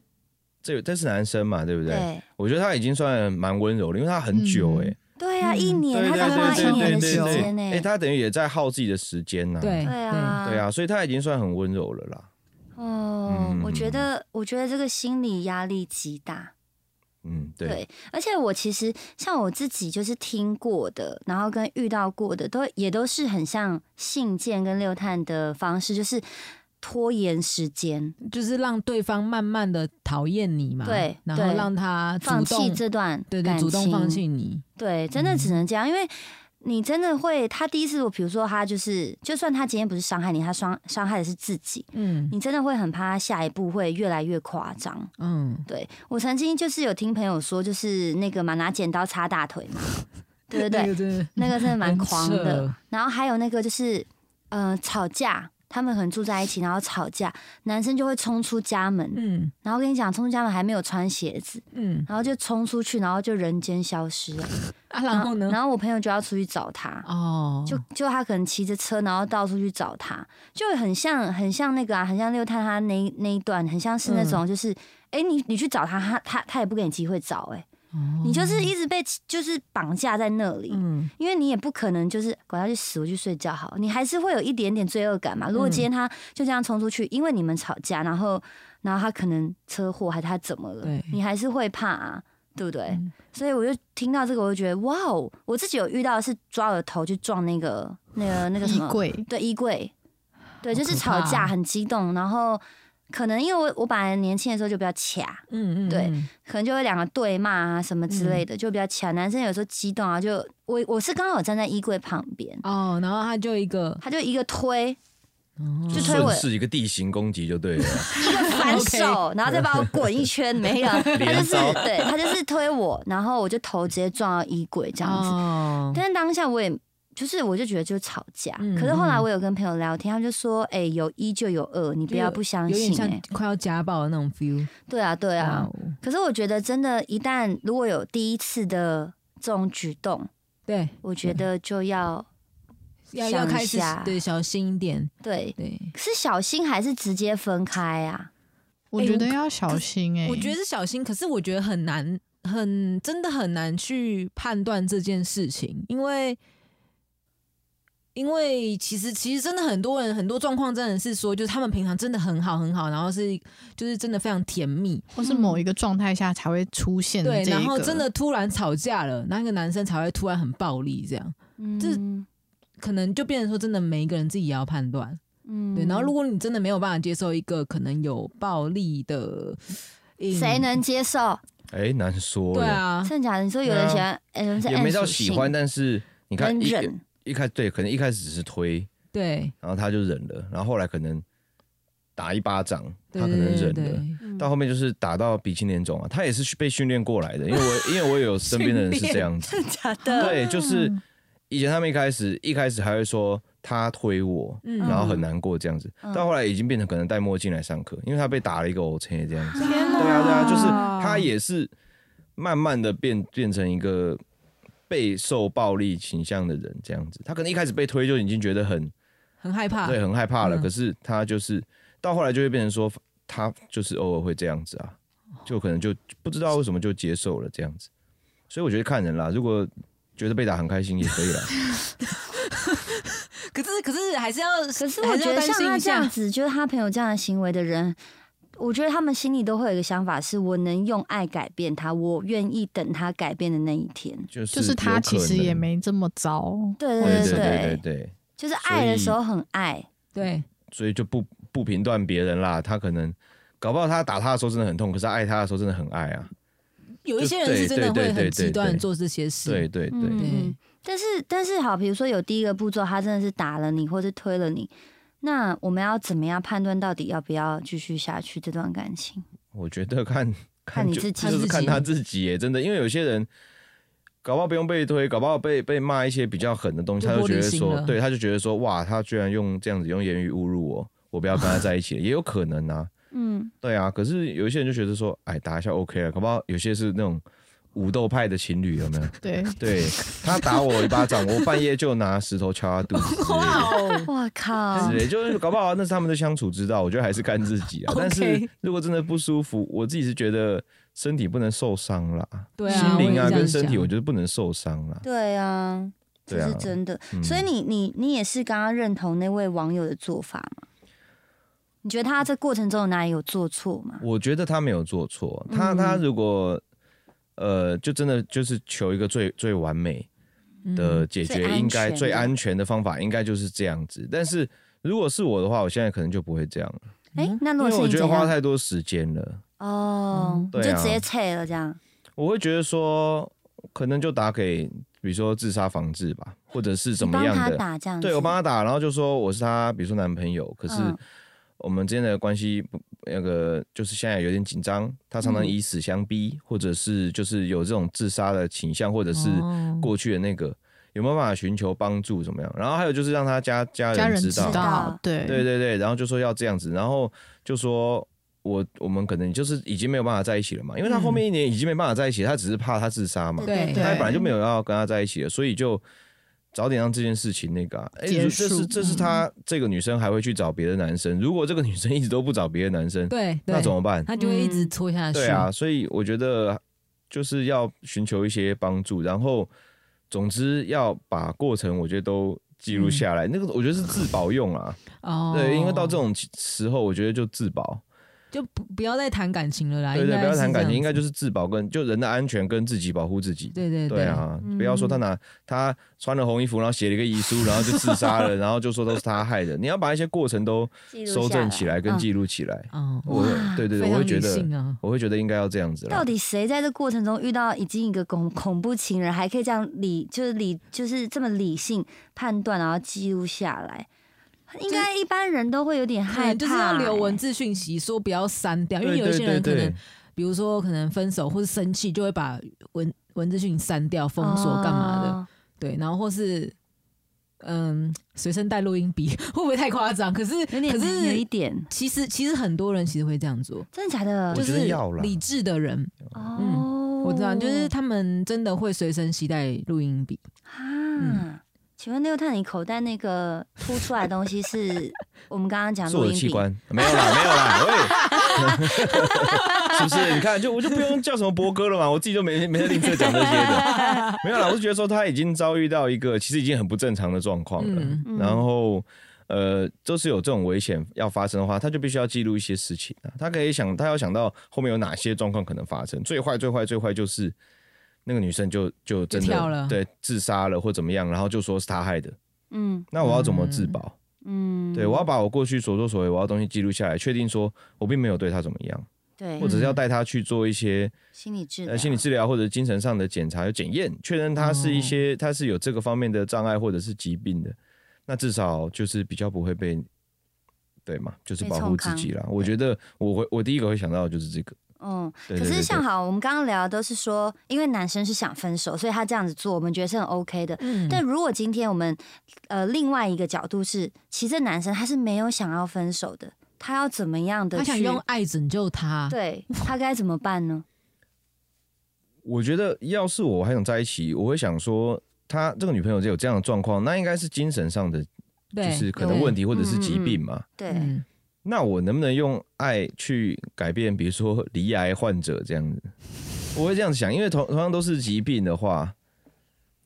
[SPEAKER 3] 这个但是男生嘛，对不对？
[SPEAKER 1] 对
[SPEAKER 3] 我觉得他已经算蛮温柔了，因为他很久哎、
[SPEAKER 4] 嗯
[SPEAKER 1] 对啊，
[SPEAKER 2] 嗯
[SPEAKER 1] 一年
[SPEAKER 3] 对
[SPEAKER 1] 他才花一
[SPEAKER 3] 对
[SPEAKER 1] 年的
[SPEAKER 3] 对对对
[SPEAKER 1] 时
[SPEAKER 3] 对
[SPEAKER 1] 间呢
[SPEAKER 3] 哎、。他等于也在耗自己的时间呐、
[SPEAKER 2] 对
[SPEAKER 1] 对啊，
[SPEAKER 3] 对，啊，所以他已经算很温柔了啦。
[SPEAKER 1] 哦，
[SPEAKER 3] 嗯
[SPEAKER 1] 我觉得，我觉得这个心理压力极大。
[SPEAKER 3] 嗯，对，
[SPEAKER 1] 对，而且我其实像我自己就是听过的，然后跟遇到过的，都也都是很像信件跟六探的方式，就是拖延时间，
[SPEAKER 2] 就是让对方慢慢的讨厌你嘛，
[SPEAKER 1] 对
[SPEAKER 2] 然后
[SPEAKER 1] 对
[SPEAKER 2] 让他主
[SPEAKER 1] 放弃
[SPEAKER 2] 动，
[SPEAKER 1] 这段
[SPEAKER 2] 对
[SPEAKER 1] 感
[SPEAKER 2] 对，
[SPEAKER 1] 情，
[SPEAKER 2] 主动放弃你，
[SPEAKER 1] 对，真的只
[SPEAKER 2] 嗯
[SPEAKER 1] 能这样，因为你真的会，他第一次，我比如说他就是，就算他今天不是伤害你，他伤伤害的是自己，
[SPEAKER 2] 嗯
[SPEAKER 1] 你真的会很怕他下一步会越来越夸张。
[SPEAKER 2] 嗯，
[SPEAKER 1] 对我曾经就是有听朋友说，就是那个嘛，拿剪刀插 大腿嘛，对不对？
[SPEAKER 2] 对，
[SPEAKER 1] 那个真的蛮狂
[SPEAKER 2] 很
[SPEAKER 1] 的
[SPEAKER 2] 扯。
[SPEAKER 1] 然后还有那个就是呃吵架，他们可能住在一起，然后吵架，男生就会冲出家门，
[SPEAKER 2] 嗯
[SPEAKER 1] 然后跟你讲，冲出家门还没有穿鞋子，
[SPEAKER 2] 嗯，
[SPEAKER 1] 然后就冲出去，然后就人间消失了。
[SPEAKER 2] 啊， 然后呢？
[SPEAKER 1] 然后我朋友就要出去找他，
[SPEAKER 2] 哦，
[SPEAKER 1] 就就他可能骑着车，然后到处去找他，就很像很像那个啊，很像六探他那一那一段，很像
[SPEAKER 2] 嗯
[SPEAKER 1] 是那种就是，哎、你你去找他，他他他也不给你机会找、诶
[SPEAKER 2] 哦
[SPEAKER 1] 你就是一直被就是绑架在那里。
[SPEAKER 2] 嗯
[SPEAKER 1] 因为你也不可能就是管他去死，我去睡觉好，你还是会有一点点罪恶感嘛。如果今
[SPEAKER 2] 嗯
[SPEAKER 1] 天他就这样冲出去，因为你们吵架，然后然后他可能车祸，还是他怎么了
[SPEAKER 2] 对，
[SPEAKER 1] 你还是会怕啊，对不对？
[SPEAKER 2] 嗯
[SPEAKER 1] 所以我就听到这个，我就觉得哇哦，我自己有遇到的是抓我的头去撞那个那个那个什
[SPEAKER 4] 衣
[SPEAKER 1] 么
[SPEAKER 4] 柜，
[SPEAKER 1] 对衣柜，对，
[SPEAKER 2] 好
[SPEAKER 1] 就是
[SPEAKER 2] 可
[SPEAKER 1] 吵架
[SPEAKER 2] 怕啊
[SPEAKER 1] 很激动，然后可能因为我我本来年轻的时候就比较卡，
[SPEAKER 2] 嗯嗯，
[SPEAKER 1] 对
[SPEAKER 2] 嗯，
[SPEAKER 1] 可能就会两个对骂啊什么之类的，就比较强。男生有时候激动啊，就我我是刚好站在衣柜旁边，
[SPEAKER 2] 哦，然后他就一个
[SPEAKER 1] 他就一个推，
[SPEAKER 2] 哦
[SPEAKER 1] 就推我
[SPEAKER 3] 顺势一个地形攻击就对了，
[SPEAKER 1] 一个反 手，然后再把我滚一圈，没有，他就
[SPEAKER 3] 连
[SPEAKER 1] 是
[SPEAKER 3] 招
[SPEAKER 1] 对他就是推我，然后我就头直接撞到衣柜这样子。
[SPEAKER 2] 哦，
[SPEAKER 1] 但是当下我也就是我就觉得就吵架，
[SPEAKER 2] 嗯
[SPEAKER 1] 可是后来我有跟朋友聊天，他们就说，哎、有一就有二，你不要不相
[SPEAKER 2] 有点
[SPEAKER 1] 信、
[SPEAKER 2] 像
[SPEAKER 1] 哎，
[SPEAKER 2] 快要家暴的那种 feel。
[SPEAKER 1] 对啊，对啊。
[SPEAKER 2] 哇哦，
[SPEAKER 1] 可是我觉得真的，一旦如果有第一次的这种举动，
[SPEAKER 2] 对，
[SPEAKER 1] 我觉得就要
[SPEAKER 2] 要
[SPEAKER 1] 想
[SPEAKER 2] 要
[SPEAKER 1] 一
[SPEAKER 2] 开始
[SPEAKER 1] 下
[SPEAKER 2] 对小心一点，
[SPEAKER 1] 对
[SPEAKER 2] 对。
[SPEAKER 1] 是小心还是直接分开啊？
[SPEAKER 4] 我
[SPEAKER 2] 哎
[SPEAKER 4] 觉
[SPEAKER 2] 我
[SPEAKER 4] 得
[SPEAKER 2] 可
[SPEAKER 4] 要小心哎、
[SPEAKER 2] 我觉得是小心，可是我觉得很难，很真的很难去判断这件事情，因为因为其实其实真的很多人很多状况真的是说，就是他们平常真的很好很好，然后是就是真的非常甜蜜，
[SPEAKER 4] 或是某一个状态下才会出现的
[SPEAKER 2] 嗯对，
[SPEAKER 4] 嗯这一
[SPEAKER 2] 然后
[SPEAKER 4] 个
[SPEAKER 2] 真的突然吵架了，那个男生才会突然很暴力，这样这
[SPEAKER 1] 嗯
[SPEAKER 2] 可能就变成说真的每一个人自己也要判断，
[SPEAKER 1] 嗯
[SPEAKER 2] 对，然后如果你真的没有办法接受一个可能有暴力的影，
[SPEAKER 1] 谁能接受？
[SPEAKER 3] 哎，难说
[SPEAKER 2] 对
[SPEAKER 3] 了，
[SPEAKER 2] 啊，
[SPEAKER 1] 真的假的？你说有人喜欢，哎有人是
[SPEAKER 3] 也
[SPEAKER 1] M
[SPEAKER 3] 没到
[SPEAKER 1] 属性
[SPEAKER 3] 喜欢，但是你看
[SPEAKER 1] 能
[SPEAKER 3] 一
[SPEAKER 1] 忍，
[SPEAKER 3] 一开对，可能一开始只是推，
[SPEAKER 2] 对。
[SPEAKER 3] 然后他就忍了，然后后来可能打一巴掌，
[SPEAKER 2] 对
[SPEAKER 3] 他可能
[SPEAKER 2] 对
[SPEAKER 3] 忍
[SPEAKER 2] 对
[SPEAKER 3] 了。
[SPEAKER 2] 对
[SPEAKER 1] 嗯
[SPEAKER 3] 到后面就是打到鼻青脸肿啊，他也是被训练过来的，因为我因为我有身边的人是这样子，
[SPEAKER 1] 真的假
[SPEAKER 2] 嗯
[SPEAKER 1] 的？
[SPEAKER 3] 对，就是以前他们一开始一开始还会说他推我，
[SPEAKER 2] 嗯
[SPEAKER 3] 然后很难过这样子，
[SPEAKER 1] 嗯
[SPEAKER 3] 到后来已经变成可能戴墨镜来上课，因为他被打了一个 O 车这样子，
[SPEAKER 1] 天
[SPEAKER 3] 对啊对啊，就是他
[SPEAKER 2] 啊
[SPEAKER 3] 也是慢慢的变变成一个备受暴力倾向的人这样子，他可能一开始被推就已经觉得很
[SPEAKER 2] 很害怕。
[SPEAKER 3] 对，很害怕了。
[SPEAKER 2] 嗯
[SPEAKER 3] 可是他就是到后来就会变成说，他就是偶尔会这样子啊，就可能就不知道为什么就接受了这样子。所以我觉得看人啦，如果觉得被打很开心也可以啦。
[SPEAKER 2] 可是可是还是要，可
[SPEAKER 1] 可是我觉得像他这样子，就是他朋友这样的行为的人。我觉得他们心里都会有一个想法，是我能用爱改变他，我愿意等他改变的那一天。
[SPEAKER 3] 就是
[SPEAKER 4] 就是
[SPEAKER 3] 有
[SPEAKER 4] 他
[SPEAKER 3] 可
[SPEAKER 4] 其实也
[SPEAKER 3] 能
[SPEAKER 4] 没这么糟，
[SPEAKER 1] 对嗯
[SPEAKER 3] 对
[SPEAKER 1] 对
[SPEAKER 3] 对对对对，
[SPEAKER 1] 就是爱的时候很爱，
[SPEAKER 2] 对
[SPEAKER 3] 所以就不不评断别人啦。他可能搞不好他打他的时候真的很痛，可是他爱他的时候真的很爱啊。
[SPEAKER 2] 有一
[SPEAKER 3] 就
[SPEAKER 2] 些人是
[SPEAKER 3] 对
[SPEAKER 2] 真的
[SPEAKER 3] 对对
[SPEAKER 2] 会很
[SPEAKER 3] 对
[SPEAKER 2] 极
[SPEAKER 3] 对
[SPEAKER 2] 端
[SPEAKER 3] 对
[SPEAKER 2] 做这些事。
[SPEAKER 3] 对对对，
[SPEAKER 1] 嗯
[SPEAKER 2] 对
[SPEAKER 1] 嗯但是但是好，比如说有第一个步骤，他真的是打了你或是推了你，那我们要怎么样判断到底要不要继续下去这段感情？
[SPEAKER 3] 我觉得看
[SPEAKER 1] 看你
[SPEAKER 3] 就
[SPEAKER 1] 自己
[SPEAKER 3] 就是
[SPEAKER 2] 看自
[SPEAKER 3] 看
[SPEAKER 2] 己
[SPEAKER 3] 他自己耶，真的，因为有些人搞不好不用被推，搞不好被被骂一些比较狠的东西，
[SPEAKER 2] 就
[SPEAKER 3] 他就
[SPEAKER 2] 玻璃
[SPEAKER 3] 觉得
[SPEAKER 2] 心
[SPEAKER 3] 说
[SPEAKER 2] 了，
[SPEAKER 3] 对，他就觉得说，哇，他居然用这样子用言语侮辱我，我不要跟他在一起了，也有可能啊，
[SPEAKER 1] 嗯，
[SPEAKER 3] 对啊。可是有一些人就觉得说，哎，打一下 OK 了，搞不好有些是那种武斗派的情侣，有没有？
[SPEAKER 4] 对，
[SPEAKER 3] 对他打我一巴掌，我半夜就拿石头敲他肚子之类的。
[SPEAKER 2] 哦，
[SPEAKER 1] 我靠
[SPEAKER 3] 之，类，就是搞不好那是他们的相处之道，我觉得还是看自己啊。但是
[SPEAKER 2] OK
[SPEAKER 3] 如果真的不舒服，我自己是觉得身体不能受伤啦，
[SPEAKER 2] 对啊，
[SPEAKER 1] 哦
[SPEAKER 3] 心灵
[SPEAKER 2] 我也
[SPEAKER 3] 啊
[SPEAKER 2] 这样
[SPEAKER 3] 跟身体，
[SPEAKER 2] 想
[SPEAKER 3] 我觉得不能受伤啦。
[SPEAKER 1] 对啊，
[SPEAKER 3] 对
[SPEAKER 1] 这
[SPEAKER 3] 啊
[SPEAKER 1] 是真的。
[SPEAKER 3] 嗯
[SPEAKER 1] 所以你你你也是刚刚认同那位网友的做法吗？你觉得他这过程中有哪里有做错吗？
[SPEAKER 3] 我觉得他没有做错，他
[SPEAKER 1] 嗯
[SPEAKER 3] 他如果呃，就真的就是求一个最最完美的
[SPEAKER 2] 嗯
[SPEAKER 3] 解
[SPEAKER 1] 最
[SPEAKER 3] 决，
[SPEAKER 1] 安
[SPEAKER 3] 应该
[SPEAKER 1] 全的
[SPEAKER 3] 最安全的方法应该就是这样子。但是如果是我的话，我现在可能就不会这样了，
[SPEAKER 1] 哎、那如
[SPEAKER 3] 因
[SPEAKER 1] 果
[SPEAKER 3] 为
[SPEAKER 1] 是
[SPEAKER 3] 我
[SPEAKER 1] 你
[SPEAKER 3] 觉
[SPEAKER 1] 怎
[SPEAKER 3] 得花
[SPEAKER 1] 样？
[SPEAKER 3] 太多时间了。
[SPEAKER 1] 哦，你
[SPEAKER 3] 对
[SPEAKER 1] 就
[SPEAKER 3] 啊
[SPEAKER 1] 直接撤了这样。
[SPEAKER 3] 我会觉得说，可能就打给，比如说自杀防治吧，或者是怎
[SPEAKER 1] 你
[SPEAKER 3] 么
[SPEAKER 1] 帮
[SPEAKER 3] 样
[SPEAKER 1] 他
[SPEAKER 3] 的。
[SPEAKER 1] 打这样子，
[SPEAKER 3] 对我帮他打，然后就说我是他，比如说男朋友，可是
[SPEAKER 1] 嗯
[SPEAKER 3] 我们之间的关系不那个就是现在有点紧张，他常
[SPEAKER 1] 嗯
[SPEAKER 3] 常以死相逼，或者是就是有这种自杀的倾向，或者是
[SPEAKER 2] 哦
[SPEAKER 3] 过去的那个。有没有办法寻求帮助，怎么样？然后还有就是让他家家
[SPEAKER 4] 家
[SPEAKER 3] 人
[SPEAKER 4] 人
[SPEAKER 3] 知道，
[SPEAKER 1] 道
[SPEAKER 4] 对
[SPEAKER 3] 对对对，然后就说要这样子，然后就说我我们可能就是已经没有办法在一起了嘛，因为他后面一年已经没办法在一起，他只是怕他自杀嘛，
[SPEAKER 2] 对
[SPEAKER 3] 他
[SPEAKER 4] 嗯对
[SPEAKER 3] 本来就没有要跟他在一起了，所以就早点让这件事情那个、啊，哎，
[SPEAKER 4] 结
[SPEAKER 3] 这
[SPEAKER 4] 束嗯
[SPEAKER 3] 是这是他这个女生还会去找别的男生，如果这个女生一直都不找别的男生，
[SPEAKER 2] 对，对
[SPEAKER 3] 那怎么办？
[SPEAKER 2] 他就会一
[SPEAKER 1] 嗯
[SPEAKER 2] 直拖下去。
[SPEAKER 3] 对啊，所以我觉得就是要寻求一些帮助，然后总之要把过程，我觉得都记
[SPEAKER 4] 嗯
[SPEAKER 3] 录下来。那个我觉得是自保用啊，
[SPEAKER 2] 哦，
[SPEAKER 3] 对，因为到这种时候，我觉得就自保，
[SPEAKER 2] 就不不要再谈感情了啦，
[SPEAKER 3] 对
[SPEAKER 2] 啊
[SPEAKER 3] 对，
[SPEAKER 2] 应
[SPEAKER 3] 不
[SPEAKER 2] 该
[SPEAKER 3] 要
[SPEAKER 2] 是
[SPEAKER 3] 谈
[SPEAKER 2] 这
[SPEAKER 3] 感
[SPEAKER 2] 样
[SPEAKER 3] 情，
[SPEAKER 2] 子
[SPEAKER 3] 应该就是自保跟就人的安全跟自己保护自己。
[SPEAKER 2] 对对嗯
[SPEAKER 3] 对啊，不要说他拿他穿了红衣服，然后写了一个遗书，然后就自杀了，然后就说都是他害的。你要把一些过程都
[SPEAKER 1] 记录
[SPEAKER 3] 收
[SPEAKER 1] 下
[SPEAKER 3] 正起来跟
[SPEAKER 1] 嗯
[SPEAKER 3] 记录起来。
[SPEAKER 2] 哦，
[SPEAKER 3] 我
[SPEAKER 1] 哇
[SPEAKER 3] 对对
[SPEAKER 2] 非
[SPEAKER 3] 对，
[SPEAKER 2] 常
[SPEAKER 3] 我会觉
[SPEAKER 2] 理性
[SPEAKER 3] 得
[SPEAKER 2] 啊，
[SPEAKER 3] 我会觉得应该要这样子啦。
[SPEAKER 1] 到底谁在这过程中遇到已经一个恐恐怖情人，还可以这样理，就是理，就是这么理性判断，然后记录下来？应该一般人都会有点
[SPEAKER 2] 可
[SPEAKER 3] 欸
[SPEAKER 1] 害怕、
[SPEAKER 2] 能就是要留文字讯息，说不要删掉，因为
[SPEAKER 3] 对
[SPEAKER 2] 啊有一些
[SPEAKER 3] 对
[SPEAKER 2] 人可
[SPEAKER 3] 对对
[SPEAKER 2] 能，比如说可能分手或是生气，就会把文文字讯息删掉、封锁干嘛的，
[SPEAKER 1] 哦
[SPEAKER 2] 对，然后或是。嗯，随身带录音笔会不会太夸张？可是，
[SPEAKER 1] 有点
[SPEAKER 2] 可
[SPEAKER 1] 欸哦有一
[SPEAKER 2] 是，
[SPEAKER 1] 点，
[SPEAKER 2] 其实其实很多人其实会这样做，
[SPEAKER 1] 真的假的？
[SPEAKER 2] 就
[SPEAKER 3] 我觉得
[SPEAKER 2] 是
[SPEAKER 3] 要啦
[SPEAKER 2] 理智的人，
[SPEAKER 1] 哦，
[SPEAKER 2] 我知道，就是他们真的会随身携带录音笔，嗯
[SPEAKER 1] 啊。请问六探，你口袋那个凸出来的东西是我们刚刚讲
[SPEAKER 3] 是我
[SPEAKER 1] 录
[SPEAKER 3] 的
[SPEAKER 1] 音
[SPEAKER 3] 器
[SPEAKER 1] 笔？
[SPEAKER 3] 官，没有啦，没有啦，喂， 是不是？你看，就我就不用叫什么博哥了嘛，我自己就没没在吝啬讲这些的，没有啦，我是觉得说他已经遭遇到一个其实已经很不正常的状况了，
[SPEAKER 2] 嗯，
[SPEAKER 1] 嗯
[SPEAKER 3] 然后。呃，就是有这种危险要发生的话，他就必须要记录一些事情啊。他可以想，他要想到后面有哪些状况可能发生。最坏、最坏、最坏就是那个女生就就真
[SPEAKER 2] 跳
[SPEAKER 3] 的
[SPEAKER 2] 了
[SPEAKER 3] 对自杀了或怎么样，然后就说是他害的。
[SPEAKER 1] 嗯
[SPEAKER 3] 那我要怎么自保？
[SPEAKER 1] 嗯，
[SPEAKER 3] 对，我要把我过去所作所为，我要东西记录下来，确定说我并没有对他怎么样，
[SPEAKER 1] 对
[SPEAKER 3] 或者是要带他去做一些
[SPEAKER 1] 心理治疗，
[SPEAKER 3] 呃心理治疗或者精神上的检查、有检验，确认他是
[SPEAKER 1] 哦
[SPEAKER 3] 一些、他是有这个方面的障碍或者是疾病的，那至少就是比较不会被，对嘛，就是
[SPEAKER 1] 被
[SPEAKER 3] 保
[SPEAKER 1] 冲
[SPEAKER 3] 护自己啦。
[SPEAKER 1] 康
[SPEAKER 3] 我觉得我会我第一个会想到的就是这个，
[SPEAKER 1] 嗯，
[SPEAKER 3] 对
[SPEAKER 1] 可
[SPEAKER 3] 对
[SPEAKER 1] 是
[SPEAKER 3] 对
[SPEAKER 1] 像
[SPEAKER 3] 对
[SPEAKER 1] 好，我们刚刚聊的都是说，因为男生是想分手，所以他这样子做，我们觉得是很 OK 的。
[SPEAKER 2] 嗯
[SPEAKER 1] 但如果今天我们呃另外一个角度是，其实这男生他是没有想要分手的，他要怎么样的
[SPEAKER 2] 他
[SPEAKER 1] 去？
[SPEAKER 2] 想用爱拯救他，
[SPEAKER 1] 对他该怎么办呢？
[SPEAKER 3] 我觉得要是我还想在一起，我会想说。他这个女朋友有这样的状况，那应该是精神上的，就
[SPEAKER 2] 对，
[SPEAKER 3] 是可能
[SPEAKER 2] 对
[SPEAKER 3] 问题或者是疾
[SPEAKER 1] 嗯嗯嗯
[SPEAKER 3] 病嘛。
[SPEAKER 1] 对，
[SPEAKER 2] 嗯，
[SPEAKER 3] 那我能不能用爱去改变，比如说离癌患者这样子？ 我会这样想，因为同同样都是疾病的话，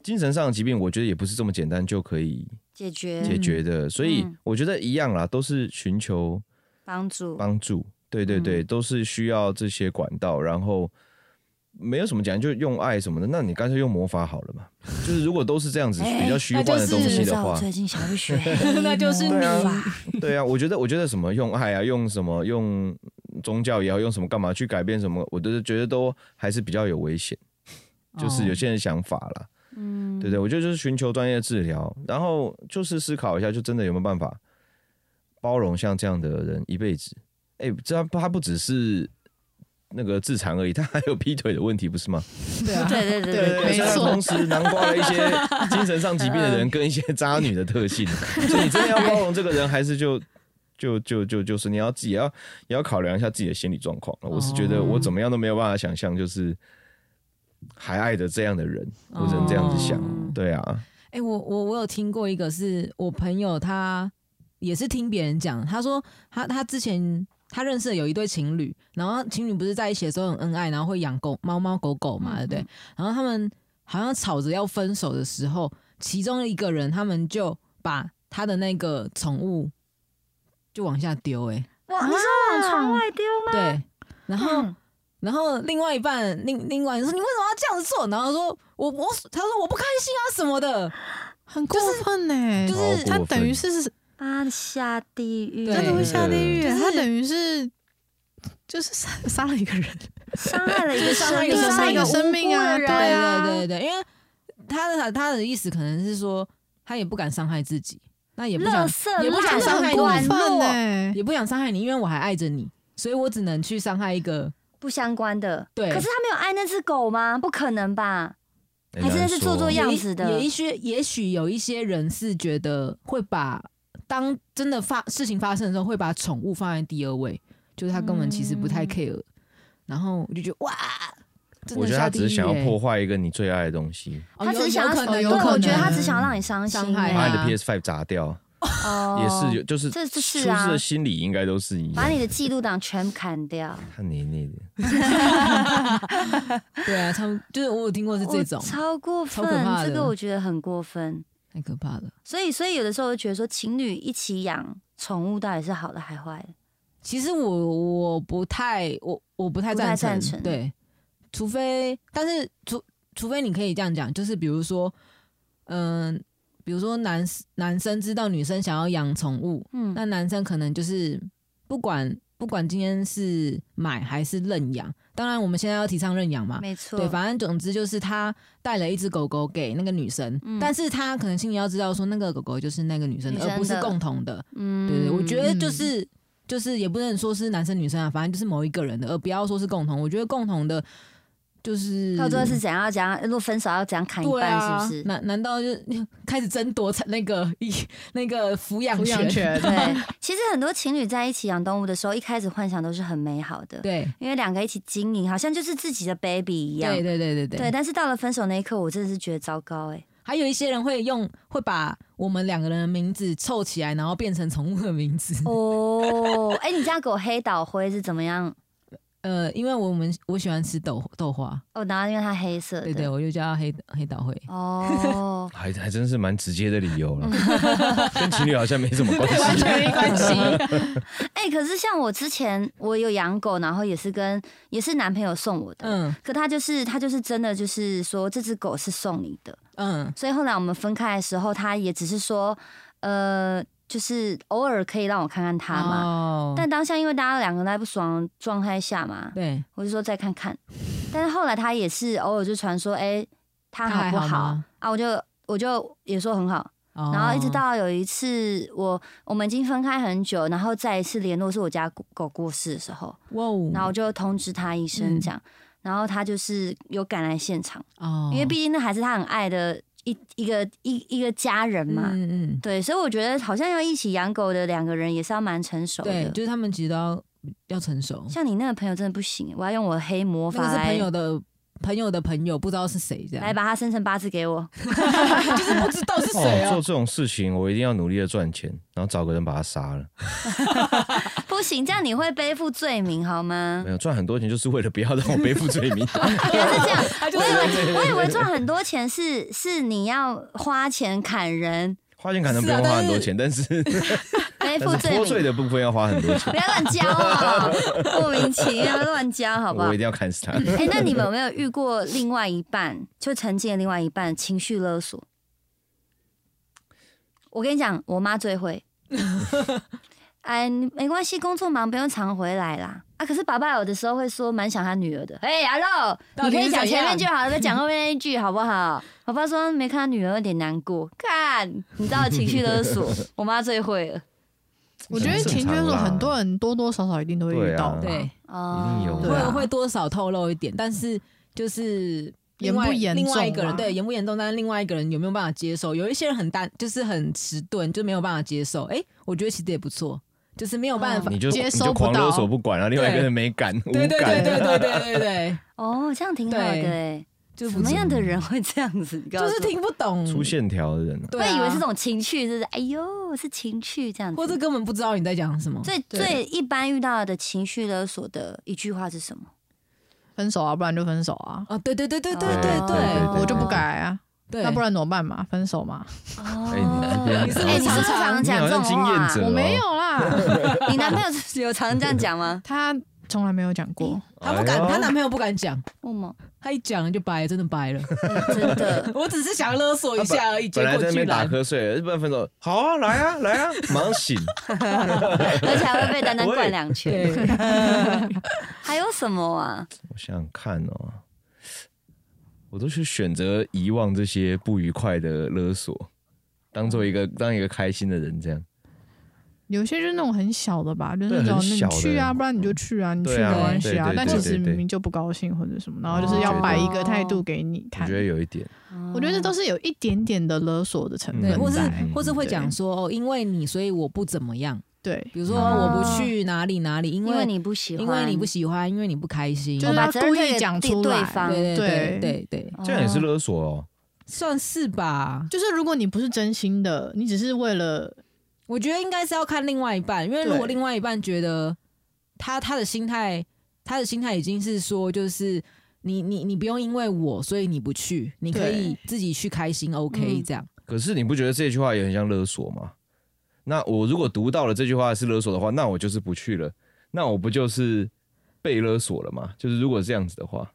[SPEAKER 3] 精神上的疾病，我觉得也不是这么简单就可以
[SPEAKER 1] 解决
[SPEAKER 3] 解决的，所以
[SPEAKER 1] 嗯
[SPEAKER 3] 我觉得一样啦，都是寻求
[SPEAKER 1] 帮助，
[SPEAKER 3] 帮助，对对对，都是需要这些管道，然后没有什么讲，就用爱什么的，那你干脆用魔法好了嘛。就是如果都是这样子
[SPEAKER 1] 哎
[SPEAKER 3] 比较虚
[SPEAKER 2] 那
[SPEAKER 3] 幻
[SPEAKER 2] 就
[SPEAKER 3] 的东
[SPEAKER 2] 是，
[SPEAKER 3] 西
[SPEAKER 1] 知
[SPEAKER 3] 的
[SPEAKER 1] 道我
[SPEAKER 3] 话，
[SPEAKER 1] 最近想去学
[SPEAKER 2] 那就是
[SPEAKER 1] 魔
[SPEAKER 2] 你
[SPEAKER 1] 法
[SPEAKER 3] 对啊，我觉得，我觉得什么用爱啊，用什么用宗教也好，用什么干嘛去改变什么，我都是觉得都还是比较有危险，
[SPEAKER 2] 哦
[SPEAKER 3] 就是有些人想法啦，
[SPEAKER 1] 嗯，
[SPEAKER 3] 对不对？我觉得就是寻求专业治疗，然后就是思考一下，就真的有没有办法包容像这样的人一辈子？哎，这他他不只是那个自残而已，他还有劈腿的问题，不是吗？
[SPEAKER 2] 对啊，
[SPEAKER 1] 对对对
[SPEAKER 3] 对对
[SPEAKER 1] 对
[SPEAKER 3] 对，
[SPEAKER 4] 没
[SPEAKER 3] 所以他
[SPEAKER 4] 错
[SPEAKER 3] 同时囊括了一些精神上疾病的人跟一些渣女的特性，所以你真的要包容这个人，还是就就就就就是你要自己也要也要考量一下自己的心理状况。我是觉得我怎么样都没有办法想象，就是还爱着这样的人，我只能这样子想。
[SPEAKER 2] 哦
[SPEAKER 3] 对啊，
[SPEAKER 2] 哎、我我我有听过一个是我朋友，他也是听别人讲，他说他他之前他认识的有一对情侣，然后情侣不是在一起的时候很恩爱，然后会养狗猫猫狗狗嘛，对不对？然后他们好像吵着要分手的时候，其中一个人他们就把他的那个宠物就往下丢、欸，
[SPEAKER 1] 哇，你说往窗外丢吗？
[SPEAKER 2] 对，然后。
[SPEAKER 1] 嗯
[SPEAKER 2] 然后另外一半，另另外你说你为什么要这样子做？然后说我我他说我不开心啊什么的，
[SPEAKER 4] 很过分呢、欸
[SPEAKER 2] 就是
[SPEAKER 3] 好
[SPEAKER 4] 他
[SPEAKER 3] 过分
[SPEAKER 4] 等于是
[SPEAKER 1] 把他啊下地狱，
[SPEAKER 2] 啊对
[SPEAKER 4] 真的会下地狱、欸
[SPEAKER 2] 就是
[SPEAKER 4] 他等于是就是杀杀了一个人，
[SPEAKER 1] 伤害了一个
[SPEAKER 2] 伤害
[SPEAKER 1] 生
[SPEAKER 2] 一个
[SPEAKER 1] 命，
[SPEAKER 2] 生
[SPEAKER 1] 伤害
[SPEAKER 2] 命
[SPEAKER 1] 无辜的人
[SPEAKER 4] 对
[SPEAKER 1] 啊，
[SPEAKER 2] 对对对，因为他的他的意思可能是说，他也不敢伤害自己，那也不想
[SPEAKER 1] 垃圾
[SPEAKER 2] 也不想
[SPEAKER 1] 烂
[SPEAKER 2] 伤
[SPEAKER 1] 很哦
[SPEAKER 2] 害你
[SPEAKER 4] 过
[SPEAKER 1] 软
[SPEAKER 4] 分
[SPEAKER 1] 弱
[SPEAKER 4] 哦欸呢、
[SPEAKER 2] 也不想伤害你，因为我还爱着你，所以我只能去伤害一个。
[SPEAKER 1] 不相关的。
[SPEAKER 2] 对
[SPEAKER 1] 可是他没有爱那只狗吗？不可能吧？
[SPEAKER 3] 哎
[SPEAKER 1] 还真的是做作
[SPEAKER 3] 难说
[SPEAKER 1] 样子的
[SPEAKER 2] 也也许也许有一些人是觉得会把当真的发事情发生的时候，会把宠物放在第二位，就是他根本其实不太
[SPEAKER 1] 嗯
[SPEAKER 2] care。然后我就觉得哇，真
[SPEAKER 3] 我
[SPEAKER 2] 的
[SPEAKER 3] 觉得
[SPEAKER 2] 下
[SPEAKER 3] 他
[SPEAKER 2] 地
[SPEAKER 3] 只
[SPEAKER 2] 狱、欸、
[SPEAKER 3] 是想要破坏一个你最爱的东西，
[SPEAKER 2] 哦，
[SPEAKER 1] 他
[SPEAKER 2] 有
[SPEAKER 1] 只是想要
[SPEAKER 2] 有可能，
[SPEAKER 1] 对，
[SPEAKER 2] 有可能
[SPEAKER 1] 我觉得他只想让你伤
[SPEAKER 2] 伤
[SPEAKER 1] 心、
[SPEAKER 2] 害
[SPEAKER 1] 欸，
[SPEAKER 3] 把你的
[SPEAKER 2] 啊
[SPEAKER 3] PS Five 砸掉，
[SPEAKER 1] 哦
[SPEAKER 3] 也是有，就是
[SPEAKER 1] 这这
[SPEAKER 3] 出
[SPEAKER 1] 是
[SPEAKER 3] 自
[SPEAKER 1] 啊
[SPEAKER 3] 的心理应该都是一
[SPEAKER 1] 把
[SPEAKER 3] 样。
[SPEAKER 1] 你的记录档全砍掉。
[SPEAKER 3] 看你你的，，
[SPEAKER 2] 对啊，他们就是我有听过是这种
[SPEAKER 1] 我，哦超过
[SPEAKER 2] 超可怕
[SPEAKER 1] 分，
[SPEAKER 2] 的
[SPEAKER 1] 这个我觉得很过分。
[SPEAKER 2] 太可怕了。
[SPEAKER 1] 所以，所以有的时候我就觉得说，情侣一起养宠物到底是好的还坏的？
[SPEAKER 2] 其实我我不太我我不太
[SPEAKER 1] 不太
[SPEAKER 2] 赞
[SPEAKER 1] 赞成
[SPEAKER 2] 对，除非但是除除非你可以这样讲，就是比如说，嗯、比如说男男生知道女生想要养宠物，
[SPEAKER 1] 嗯，
[SPEAKER 2] 那男生可能就是不管不管今天是买还是认养，当然我们现在要提倡认养嘛，
[SPEAKER 1] 没错，
[SPEAKER 2] 对，反正总之就是他带了一只狗狗给那个女生，
[SPEAKER 1] 嗯
[SPEAKER 2] 但是他可能心里要知道说那个狗狗就是那个女生的，
[SPEAKER 1] 女生
[SPEAKER 2] 而不是
[SPEAKER 1] 的
[SPEAKER 2] 共同的。
[SPEAKER 1] 嗯
[SPEAKER 2] 对对，我觉得就
[SPEAKER 4] 嗯
[SPEAKER 2] 是就是也不能说是男生女生啊，反正就是某一个人的，而不要说是共同。我觉得共同的，就是
[SPEAKER 1] 到最后是怎样怎样，如果分手要怎样砍一
[SPEAKER 2] 对
[SPEAKER 1] 半，
[SPEAKER 2] 啊，
[SPEAKER 1] 是不是？
[SPEAKER 2] 难难道就 开始争夺那个 一那个抚养
[SPEAKER 4] 抚养 权，
[SPEAKER 1] 对， 其实很多情侣在一起养动物的时候，一开始幻想都是很美好的，
[SPEAKER 2] 对
[SPEAKER 1] 因为两个一起经营，好像就是自己的 baby 一样。
[SPEAKER 2] 对对对对对。
[SPEAKER 1] 对但是到了分手那一刻，我真的是觉得糟糕 哎、
[SPEAKER 2] 还有一些人会用会把我们两个人的名字凑起来，然后变成宠物的名字。
[SPEAKER 1] 哦，哎、你这样给我黑倒灰是怎么样？
[SPEAKER 2] 呃，因为我们我喜欢吃豆豆花，
[SPEAKER 1] 哦，然后因为它黑色的，
[SPEAKER 2] 对对，我就叫它黑黑岛灰。
[SPEAKER 1] 哦
[SPEAKER 3] 还还真是蛮直接的理由了， 跟情侣好像没什么关 系。
[SPEAKER 2] 全没关系。
[SPEAKER 1] 哎、可是像我之前我有养狗，然后也是跟也是男朋友送我的，
[SPEAKER 2] 嗯
[SPEAKER 1] 可他就是他就是真的就是说这只狗是送你的，
[SPEAKER 2] 嗯，
[SPEAKER 1] 所以后来我们分开的时候，他也只是说，呃，就是偶尔可以让我看看它嘛。
[SPEAKER 2] 哦
[SPEAKER 1] 但当下因为大家两个在不爽的状态下嘛，
[SPEAKER 2] 对，
[SPEAKER 1] 我就说再看看。但是后来他也是偶尔就传说，哎、它
[SPEAKER 2] 它
[SPEAKER 1] 好
[SPEAKER 2] 还
[SPEAKER 1] 不
[SPEAKER 2] 好
[SPEAKER 1] 好
[SPEAKER 2] 吗
[SPEAKER 1] 啊？我就我就也说很好。
[SPEAKER 2] 哦
[SPEAKER 1] 然后一直到有一次我我们已经分开很久，然后再一次联络是我家狗狗过世的时候，
[SPEAKER 2] 哇哦，
[SPEAKER 1] 然后我就通知他一声
[SPEAKER 2] 嗯
[SPEAKER 1] 这样，然后他就是有赶来现场，
[SPEAKER 2] 哦，
[SPEAKER 1] 因为毕竟那还是他很爱的一一个一一个家人嘛。
[SPEAKER 2] 嗯嗯，
[SPEAKER 1] 对，所以我觉得好像要一起养狗的两个人也是要蛮成熟
[SPEAKER 2] 对，
[SPEAKER 1] 的。
[SPEAKER 2] 就是他们其实都要要成熟，
[SPEAKER 1] 像你那个朋友真的不行，欸我要用我的黑魔
[SPEAKER 2] 那
[SPEAKER 1] 法
[SPEAKER 2] 个是朋
[SPEAKER 1] 来
[SPEAKER 2] 友的朋友的朋友，不知道是谁这样，
[SPEAKER 1] 来把它生成八字给我。
[SPEAKER 2] 就是不知道是谁
[SPEAKER 3] 哦，
[SPEAKER 2] 啊
[SPEAKER 3] 做。这种事情，我一定要努力的赚钱，然后找个人把他杀了。
[SPEAKER 1] 不行，这样你会背负罪名好吗
[SPEAKER 3] 没？有赚很多钱，就是为了不要让我背负罪名。
[SPEAKER 1] 原来是这样，
[SPEAKER 2] 他就
[SPEAKER 1] 我
[SPEAKER 2] 是
[SPEAKER 1] 以为我以为赚很多钱是是你要花钱砍人，
[SPEAKER 3] 花钱可能不用花很多钱，但是
[SPEAKER 1] 背负
[SPEAKER 3] 但是
[SPEAKER 1] 罪
[SPEAKER 3] 脱罪
[SPEAKER 1] 名。
[SPEAKER 3] 的部分要花很多钱
[SPEAKER 1] 不，要乱交啊、莫名其妙乱交，好不好
[SPEAKER 3] 我一？定要砍死他。
[SPEAKER 1] 哎、那你们有没有遇过另外一半，就曾经的另外一半情绪勒索？我跟你讲，我妈最 会。哎，你没关系，工作忙不用常回来啦。啊，可是爸爸有的时候会说蛮想他女儿的。哎、阿肉，
[SPEAKER 2] 到
[SPEAKER 1] 你
[SPEAKER 2] 底
[SPEAKER 1] 可
[SPEAKER 2] 是
[SPEAKER 1] 以讲前面
[SPEAKER 2] 怎样
[SPEAKER 1] 就好了，不要讲后面那一句好不好？爸爸说没看他女儿有点难过，看，你知道情绪勒 索，我妈最会了。
[SPEAKER 4] 我觉得情绪勒索很多人多多少少一定都会遇到吧，
[SPEAKER 3] 啊对啊
[SPEAKER 2] 对，
[SPEAKER 1] 哦
[SPEAKER 3] 一定有
[SPEAKER 1] 对
[SPEAKER 3] 啊
[SPEAKER 2] 会会多少透露一点，但是就是。
[SPEAKER 4] 严
[SPEAKER 2] 另外
[SPEAKER 4] 不严
[SPEAKER 2] 另外一
[SPEAKER 4] 重
[SPEAKER 2] 个人
[SPEAKER 4] 啊
[SPEAKER 2] 对严不严重，但是另外一个人有没有办法接受？有一些人很单，就是很迟钝，就没有办法接受。哎、我觉得其实也不错，就是没有办法。
[SPEAKER 3] 你就
[SPEAKER 4] 接
[SPEAKER 3] 你
[SPEAKER 4] 收
[SPEAKER 3] 就
[SPEAKER 4] 不到
[SPEAKER 3] 狂勒索不管，然后另外一个人没敢，无
[SPEAKER 2] 对对对
[SPEAKER 3] 感。
[SPEAKER 2] 对对对对对，
[SPEAKER 1] 哦，这样挺好的
[SPEAKER 2] 对
[SPEAKER 1] 哎。
[SPEAKER 2] 就
[SPEAKER 1] 什
[SPEAKER 2] 不
[SPEAKER 1] 么
[SPEAKER 2] 错
[SPEAKER 1] 样的人会这样子？你告
[SPEAKER 2] 就
[SPEAKER 1] 诉
[SPEAKER 2] 是
[SPEAKER 1] 我
[SPEAKER 2] 听不懂，
[SPEAKER 3] 出线条的人啊，
[SPEAKER 2] 对、
[SPEAKER 1] 会
[SPEAKER 2] 啊，
[SPEAKER 1] 以为是这，种情趣，就是哎呦是情趣这样子。
[SPEAKER 2] 或者根本不知道你在讲什么。
[SPEAKER 1] 最
[SPEAKER 2] 对
[SPEAKER 1] 最一般遇到的情绪勒索的一句话是什么？
[SPEAKER 4] 分手啊，不然就分手啊，
[SPEAKER 2] 哦，对对对对对
[SPEAKER 3] 对
[SPEAKER 2] 对
[SPEAKER 3] 对
[SPEAKER 1] 哦
[SPEAKER 4] 我就不改啊，
[SPEAKER 2] 对，
[SPEAKER 4] 那不然怎么办嘛？分手嘛？
[SPEAKER 3] 哎你这
[SPEAKER 1] 哦，
[SPEAKER 3] 边
[SPEAKER 1] 你是
[SPEAKER 2] 你
[SPEAKER 1] 不是
[SPEAKER 2] 是
[SPEAKER 1] 常常
[SPEAKER 3] 你
[SPEAKER 1] 讲
[SPEAKER 3] 好
[SPEAKER 1] 这种
[SPEAKER 3] 像经验
[SPEAKER 1] 话啊？
[SPEAKER 3] 者哦，
[SPEAKER 4] 我没有啦，？
[SPEAKER 1] 你男朋友是有常这样讲吗
[SPEAKER 4] 他从来没有讲过，
[SPEAKER 2] 她不敢，
[SPEAKER 3] 哎呦
[SPEAKER 2] 她男朋友不敢讲，
[SPEAKER 1] 不吗？
[SPEAKER 2] 她一讲就掰，真的掰 了。
[SPEAKER 1] 哎真的，
[SPEAKER 2] 我只是想勒索一下而已，结
[SPEAKER 3] 本来在
[SPEAKER 2] 果
[SPEAKER 3] 那
[SPEAKER 2] 居
[SPEAKER 3] 边打
[SPEAKER 2] 然
[SPEAKER 3] 瞌睡，日本分手，好啊，来啊，来啊，马上醒。
[SPEAKER 1] 而且还会被丹丹灌两拳。
[SPEAKER 2] 对，
[SPEAKER 1] 还有什么啊？
[SPEAKER 3] 我想想看哦，我都是选择遗忘这
[SPEAKER 4] 嗯
[SPEAKER 3] 些不愉快的勒索，当做一个当一个开心的人这样。
[SPEAKER 4] 有些就是那种很小的吧，就是那种
[SPEAKER 3] 很
[SPEAKER 4] 那
[SPEAKER 3] 小
[SPEAKER 4] 你
[SPEAKER 3] 的
[SPEAKER 4] 去
[SPEAKER 3] 那
[SPEAKER 4] 啊，
[SPEAKER 3] 种
[SPEAKER 4] 不然你就去啊，你去
[SPEAKER 3] 对
[SPEAKER 4] 没
[SPEAKER 3] 啊
[SPEAKER 4] 关
[SPEAKER 3] 对
[SPEAKER 4] 系啊
[SPEAKER 3] 对。
[SPEAKER 4] 但
[SPEAKER 3] 对
[SPEAKER 4] 其
[SPEAKER 3] 对
[SPEAKER 4] 实
[SPEAKER 3] 对
[SPEAKER 4] 明明就不高兴或者什么，然后就是
[SPEAKER 3] 哦
[SPEAKER 4] 要摆一
[SPEAKER 1] 哦
[SPEAKER 4] 个态度给你
[SPEAKER 3] 我
[SPEAKER 4] 看
[SPEAKER 3] 觉。得有一点，
[SPEAKER 4] 我觉得这都
[SPEAKER 1] 是
[SPEAKER 4] 是有一点点的勒索的成
[SPEAKER 3] 嗯
[SPEAKER 2] 对，
[SPEAKER 4] 分
[SPEAKER 2] 或是
[SPEAKER 4] 在。
[SPEAKER 2] 或是会
[SPEAKER 4] 对
[SPEAKER 2] 讲说哦，因为你，所以我不怎么样。
[SPEAKER 4] 对，
[SPEAKER 2] 比如说
[SPEAKER 3] 嗯
[SPEAKER 2] 我不去哪里哪里，因
[SPEAKER 1] 因为
[SPEAKER 2] 为
[SPEAKER 1] 你不喜欢，
[SPEAKER 2] 因为你不喜欢，因为你不开心。
[SPEAKER 4] 就
[SPEAKER 1] 我
[SPEAKER 4] 是
[SPEAKER 1] 把
[SPEAKER 4] 要
[SPEAKER 1] 责任
[SPEAKER 4] 故
[SPEAKER 1] 推
[SPEAKER 4] 意
[SPEAKER 1] 给
[SPEAKER 4] 讲
[SPEAKER 1] 对
[SPEAKER 4] 出
[SPEAKER 1] 对
[SPEAKER 4] 来
[SPEAKER 1] 方
[SPEAKER 2] 对对
[SPEAKER 4] 对
[SPEAKER 2] 对对对，
[SPEAKER 1] 哦，
[SPEAKER 3] 这样也是勒索哦。
[SPEAKER 2] 算是吧。
[SPEAKER 4] 就是如果你不是真心的，你只是为了
[SPEAKER 2] 我觉得应该是要看另外一半，因为如果
[SPEAKER 4] 对
[SPEAKER 2] 另外一半觉得他他的心态，他的心态已经是说，就是你你你不用因为我，所以你不去，你可以自己去开心，OK
[SPEAKER 1] 嗯
[SPEAKER 2] 这样。
[SPEAKER 3] 可是你不觉得这句话也很像勒索吗？那我如果读到了这句话是勒索的话，那我就是不去了，那我不就是被勒索了吗？就是如果这样子的话，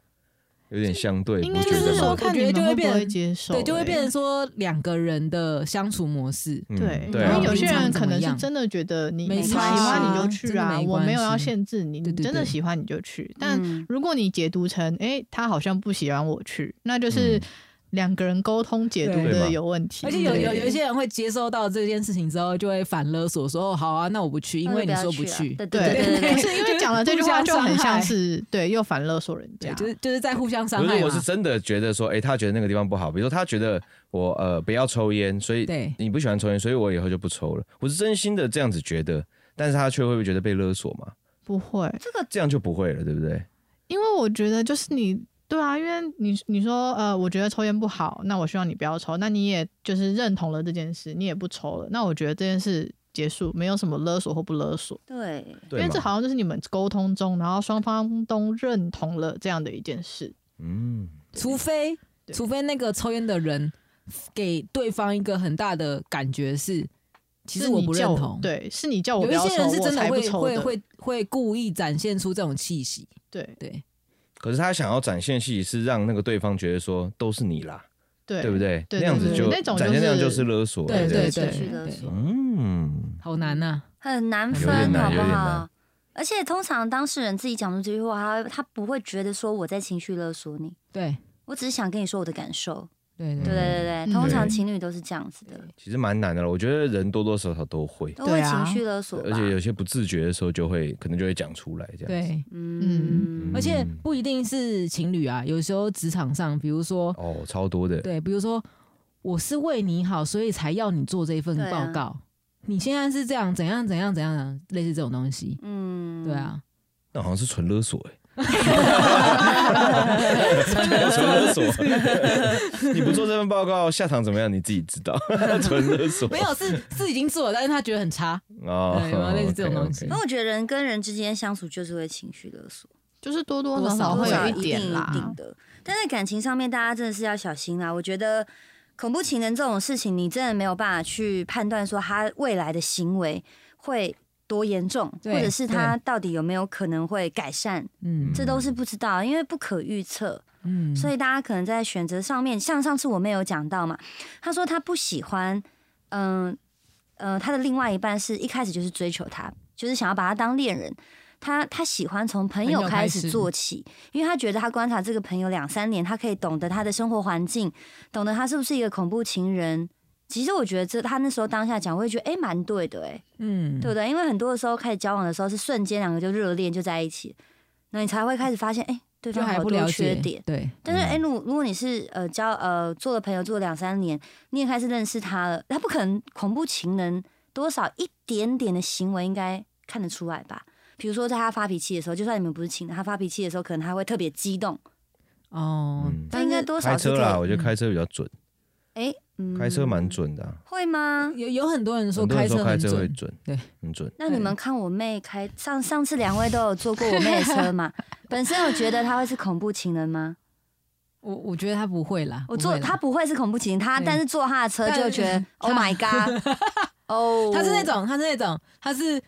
[SPEAKER 3] 有点相对，
[SPEAKER 4] 应
[SPEAKER 3] 你
[SPEAKER 4] 该
[SPEAKER 3] 不
[SPEAKER 4] 就
[SPEAKER 3] 觉
[SPEAKER 4] 是
[SPEAKER 3] 得
[SPEAKER 4] 说
[SPEAKER 3] 吗？
[SPEAKER 4] 看
[SPEAKER 2] 我
[SPEAKER 4] 你
[SPEAKER 2] 觉得
[SPEAKER 4] 们
[SPEAKER 2] 就会
[SPEAKER 4] 会不
[SPEAKER 2] 变
[SPEAKER 4] 会接受、
[SPEAKER 2] 对，就会
[SPEAKER 4] 欸
[SPEAKER 2] 变成说两个人的相处模式。
[SPEAKER 3] 嗯
[SPEAKER 4] 对，
[SPEAKER 3] 对
[SPEAKER 4] 因
[SPEAKER 3] 啊
[SPEAKER 4] 为，有些
[SPEAKER 2] 平常
[SPEAKER 4] 人
[SPEAKER 2] 怎
[SPEAKER 4] 可
[SPEAKER 2] 么
[SPEAKER 4] 能是
[SPEAKER 2] 样
[SPEAKER 4] 真的觉得你
[SPEAKER 2] 没
[SPEAKER 4] 你喜
[SPEAKER 1] 差
[SPEAKER 4] 欢你
[SPEAKER 1] 啊
[SPEAKER 4] 就去
[SPEAKER 2] 真的
[SPEAKER 4] 啊，
[SPEAKER 2] 没
[SPEAKER 4] 我
[SPEAKER 2] 关
[SPEAKER 4] 没有要
[SPEAKER 2] 系
[SPEAKER 4] 限制你，
[SPEAKER 2] 对
[SPEAKER 4] 你
[SPEAKER 2] 对
[SPEAKER 4] 真
[SPEAKER 2] 对
[SPEAKER 4] 的喜欢你就去。但
[SPEAKER 1] 嗯
[SPEAKER 4] 如果你解读成哎、诶他好像不喜欢我去，那就是
[SPEAKER 3] 嗯
[SPEAKER 4] 两个人沟通解读
[SPEAKER 2] 对
[SPEAKER 3] 对吧
[SPEAKER 4] 的有问题。
[SPEAKER 2] 而且有有
[SPEAKER 4] 对
[SPEAKER 2] 有一些人会接受到这件事情之后，就会反勒索说：“哦，好啊，那我不去，因
[SPEAKER 1] 那就
[SPEAKER 2] 为你
[SPEAKER 1] 要
[SPEAKER 2] 说不
[SPEAKER 1] 啊
[SPEAKER 2] 去。
[SPEAKER 1] 对
[SPEAKER 4] 对
[SPEAKER 1] 对对对对
[SPEAKER 4] 可是因为讲了这句话就很像是对又反勒索人
[SPEAKER 2] 对，
[SPEAKER 4] 家，
[SPEAKER 2] 就是就是在互相伤
[SPEAKER 3] 可
[SPEAKER 2] 害
[SPEAKER 3] 是我
[SPEAKER 2] 嘛
[SPEAKER 3] 是。真的觉得说，哎、他觉得那个地方不好，比如说他觉得我呃不要抽烟，所以
[SPEAKER 2] 对
[SPEAKER 3] 你不喜欢抽烟，所以我以后就不抽了。我是真心的这样子觉得，但是他却会不会觉得被勒索嘛？
[SPEAKER 4] 不会，
[SPEAKER 1] 这个
[SPEAKER 3] 这样就不会了，对不对？
[SPEAKER 4] 因为我觉得就是你。对啊，因为你你说呃，我觉得抽烟不好，那我希望你不要抽，那你也就是认同了这件事，你也不抽了，那我觉得这件事结束，没有什么勒索或不勒索。
[SPEAKER 1] 对，
[SPEAKER 3] 对
[SPEAKER 4] 因为
[SPEAKER 3] 嘛
[SPEAKER 4] 这好像就是你们沟通中，然后双方都认同了这样的一件事。
[SPEAKER 3] 嗯，
[SPEAKER 2] 除非
[SPEAKER 4] 对
[SPEAKER 2] 除非那个抽烟的人给对方一个很大的感觉是，其实
[SPEAKER 4] 是
[SPEAKER 2] 我
[SPEAKER 4] 你
[SPEAKER 2] 不认
[SPEAKER 4] 叫
[SPEAKER 2] 同。，
[SPEAKER 4] 对，是你叫我
[SPEAKER 2] 有
[SPEAKER 4] 不
[SPEAKER 2] 一
[SPEAKER 4] 要
[SPEAKER 2] 些
[SPEAKER 4] 抽，
[SPEAKER 2] 人是
[SPEAKER 4] 我
[SPEAKER 2] 真的
[SPEAKER 4] 才不
[SPEAKER 2] 会
[SPEAKER 4] 抽
[SPEAKER 2] 会
[SPEAKER 4] 的。
[SPEAKER 2] 会会故意展现出这种气息。
[SPEAKER 4] 对
[SPEAKER 2] 对，
[SPEAKER 3] 可是他想要展现戏是让那个对方觉得说都是你啦，
[SPEAKER 4] 对
[SPEAKER 3] 对不？对？
[SPEAKER 4] 对
[SPEAKER 3] 那样子
[SPEAKER 2] 对
[SPEAKER 3] 就
[SPEAKER 4] 那种就
[SPEAKER 3] 展现那样就是是勒索，
[SPEAKER 2] 对
[SPEAKER 3] 不
[SPEAKER 2] 对
[SPEAKER 1] 情
[SPEAKER 2] 对
[SPEAKER 1] 绪
[SPEAKER 2] 对
[SPEAKER 1] 勒
[SPEAKER 2] 对
[SPEAKER 1] 索
[SPEAKER 3] 嗯，
[SPEAKER 2] 好难啊呐、
[SPEAKER 1] 很难
[SPEAKER 3] 有点
[SPEAKER 1] 分，
[SPEAKER 3] 难
[SPEAKER 1] 好不
[SPEAKER 3] 有点
[SPEAKER 1] 好
[SPEAKER 3] 难？
[SPEAKER 1] 而且通常当事人自己讲出这句话，他会他不会觉得说我在情绪勒索你，
[SPEAKER 2] 对
[SPEAKER 1] 我只是想跟你说我的感受。
[SPEAKER 2] 对
[SPEAKER 1] 对
[SPEAKER 2] 对
[SPEAKER 1] 对对
[SPEAKER 4] 嗯
[SPEAKER 1] 对，通常
[SPEAKER 3] 对
[SPEAKER 1] 情侣都是这样子的，
[SPEAKER 3] 其实蛮难的了。我觉得人多多少少都会，
[SPEAKER 1] 都
[SPEAKER 4] 对
[SPEAKER 1] 会
[SPEAKER 4] 啊
[SPEAKER 1] 情绪勒索吧
[SPEAKER 3] 而。且有些不自觉的时候就会可能就会讲出来这样子。
[SPEAKER 2] 对，
[SPEAKER 1] 嗯，
[SPEAKER 3] 嗯
[SPEAKER 2] 而且不一定是情侣啊，有时候职场上，比如说
[SPEAKER 3] 哦，超多的，
[SPEAKER 2] 对，比如说我是为你好，所以才要你做这份
[SPEAKER 1] 对啊
[SPEAKER 2] 报告。你现在是这样，怎样怎样怎样怎样，类似这种东西，
[SPEAKER 1] 嗯，
[SPEAKER 2] 对，啊，
[SPEAKER 3] 那好像是纯勒索 哎。
[SPEAKER 2] 纯
[SPEAKER 3] 纯勒索，你不做这份报告，下场怎么样？你自己知 道，纯勒索
[SPEAKER 2] 没有是是已经做了，但是他觉得很差，
[SPEAKER 3] 哦
[SPEAKER 2] 对有没有类似这种
[SPEAKER 3] OK，OK
[SPEAKER 2] 东西
[SPEAKER 1] 因为我觉得人跟人之间相处就是会情绪勒索，
[SPEAKER 4] 就是多多
[SPEAKER 2] 多
[SPEAKER 4] 少
[SPEAKER 2] 少
[SPEAKER 4] 少
[SPEAKER 1] 多
[SPEAKER 4] 哦会
[SPEAKER 1] 少
[SPEAKER 4] 有
[SPEAKER 1] 一
[SPEAKER 4] 点
[SPEAKER 1] 定一
[SPEAKER 4] 啦
[SPEAKER 1] 定。的。但在感情上面，大家真的是要小心啦。我觉得恐怖情人这种事情，你真的没有办法去判断说他未来的行为会多严重，
[SPEAKER 2] 对
[SPEAKER 1] 或者是他到底有没有可能会改善，
[SPEAKER 2] 嗯
[SPEAKER 1] 这都是不知道，啊因为不可预测。
[SPEAKER 2] 嗯，
[SPEAKER 1] 所
[SPEAKER 2] 以
[SPEAKER 1] 以大家可能在选择上面，像上次我妹有讲到嘛，她说她不喜欢，嗯呃，她的另外一半是一开始就是追求她，就是想要把她当恋人。她她喜欢从朋友
[SPEAKER 2] 朋友开
[SPEAKER 1] 开
[SPEAKER 2] 始
[SPEAKER 1] 始做起，因为她觉得她观察这个朋友两三年，她可以懂得他的生活环境，懂得他是不是一个恐怖情人。其实我觉得这她那时候当下讲，我也觉得诶蛮对的诶。
[SPEAKER 2] 嗯，
[SPEAKER 1] 对不对？因为很多的时候开始交往的时候是瞬间两个就热恋就在一起，那你才会开始发现诶对
[SPEAKER 2] 就
[SPEAKER 1] 方
[SPEAKER 2] 还
[SPEAKER 1] 好
[SPEAKER 2] 不了
[SPEAKER 1] 多
[SPEAKER 2] 解
[SPEAKER 1] 缺点。
[SPEAKER 2] 对，
[SPEAKER 1] 但是，
[SPEAKER 3] 嗯
[SPEAKER 1] 哎、如如果你是呃交呃做了朋友做了两三年，你也开始认识他了，他不可能恐怖情人，多少一点点的行为应该看得出来吧？比如说，在他发脾气的时候，就算你们不是情人，他发脾气的时候，可能他会特别激动，
[SPEAKER 2] 哦，
[SPEAKER 3] 嗯
[SPEAKER 1] 他
[SPEAKER 2] 但
[SPEAKER 1] 应该
[SPEAKER 2] 是
[SPEAKER 1] 多
[SPEAKER 3] 开
[SPEAKER 1] 少是
[SPEAKER 3] 车
[SPEAKER 1] 可
[SPEAKER 3] 啦，
[SPEAKER 2] 嗯
[SPEAKER 1] 以，
[SPEAKER 3] 我觉得开车比较准，
[SPEAKER 1] 哎、嗯
[SPEAKER 3] 开车蛮，准的啊。
[SPEAKER 1] 会吗？
[SPEAKER 2] 有有很多人说
[SPEAKER 3] 很多
[SPEAKER 2] 开
[SPEAKER 3] 人说
[SPEAKER 2] 车
[SPEAKER 3] 开
[SPEAKER 2] 很
[SPEAKER 3] 车会
[SPEAKER 2] 准，
[SPEAKER 3] 准，
[SPEAKER 2] 对，
[SPEAKER 3] 很准。
[SPEAKER 1] 那你们看我妹开上上次两位都有坐过我妹的车 嘛？本身我觉得她会是恐怖情人吗？
[SPEAKER 2] 我我觉得他不会啦，
[SPEAKER 1] 我
[SPEAKER 2] 不
[SPEAKER 1] 坐
[SPEAKER 2] 会啦
[SPEAKER 1] 她不会是恐怖情人，她
[SPEAKER 2] 对
[SPEAKER 1] 但是坐她的车就觉得
[SPEAKER 2] 但
[SPEAKER 1] Oh my God，哦，
[SPEAKER 2] 他是那种他是那种他是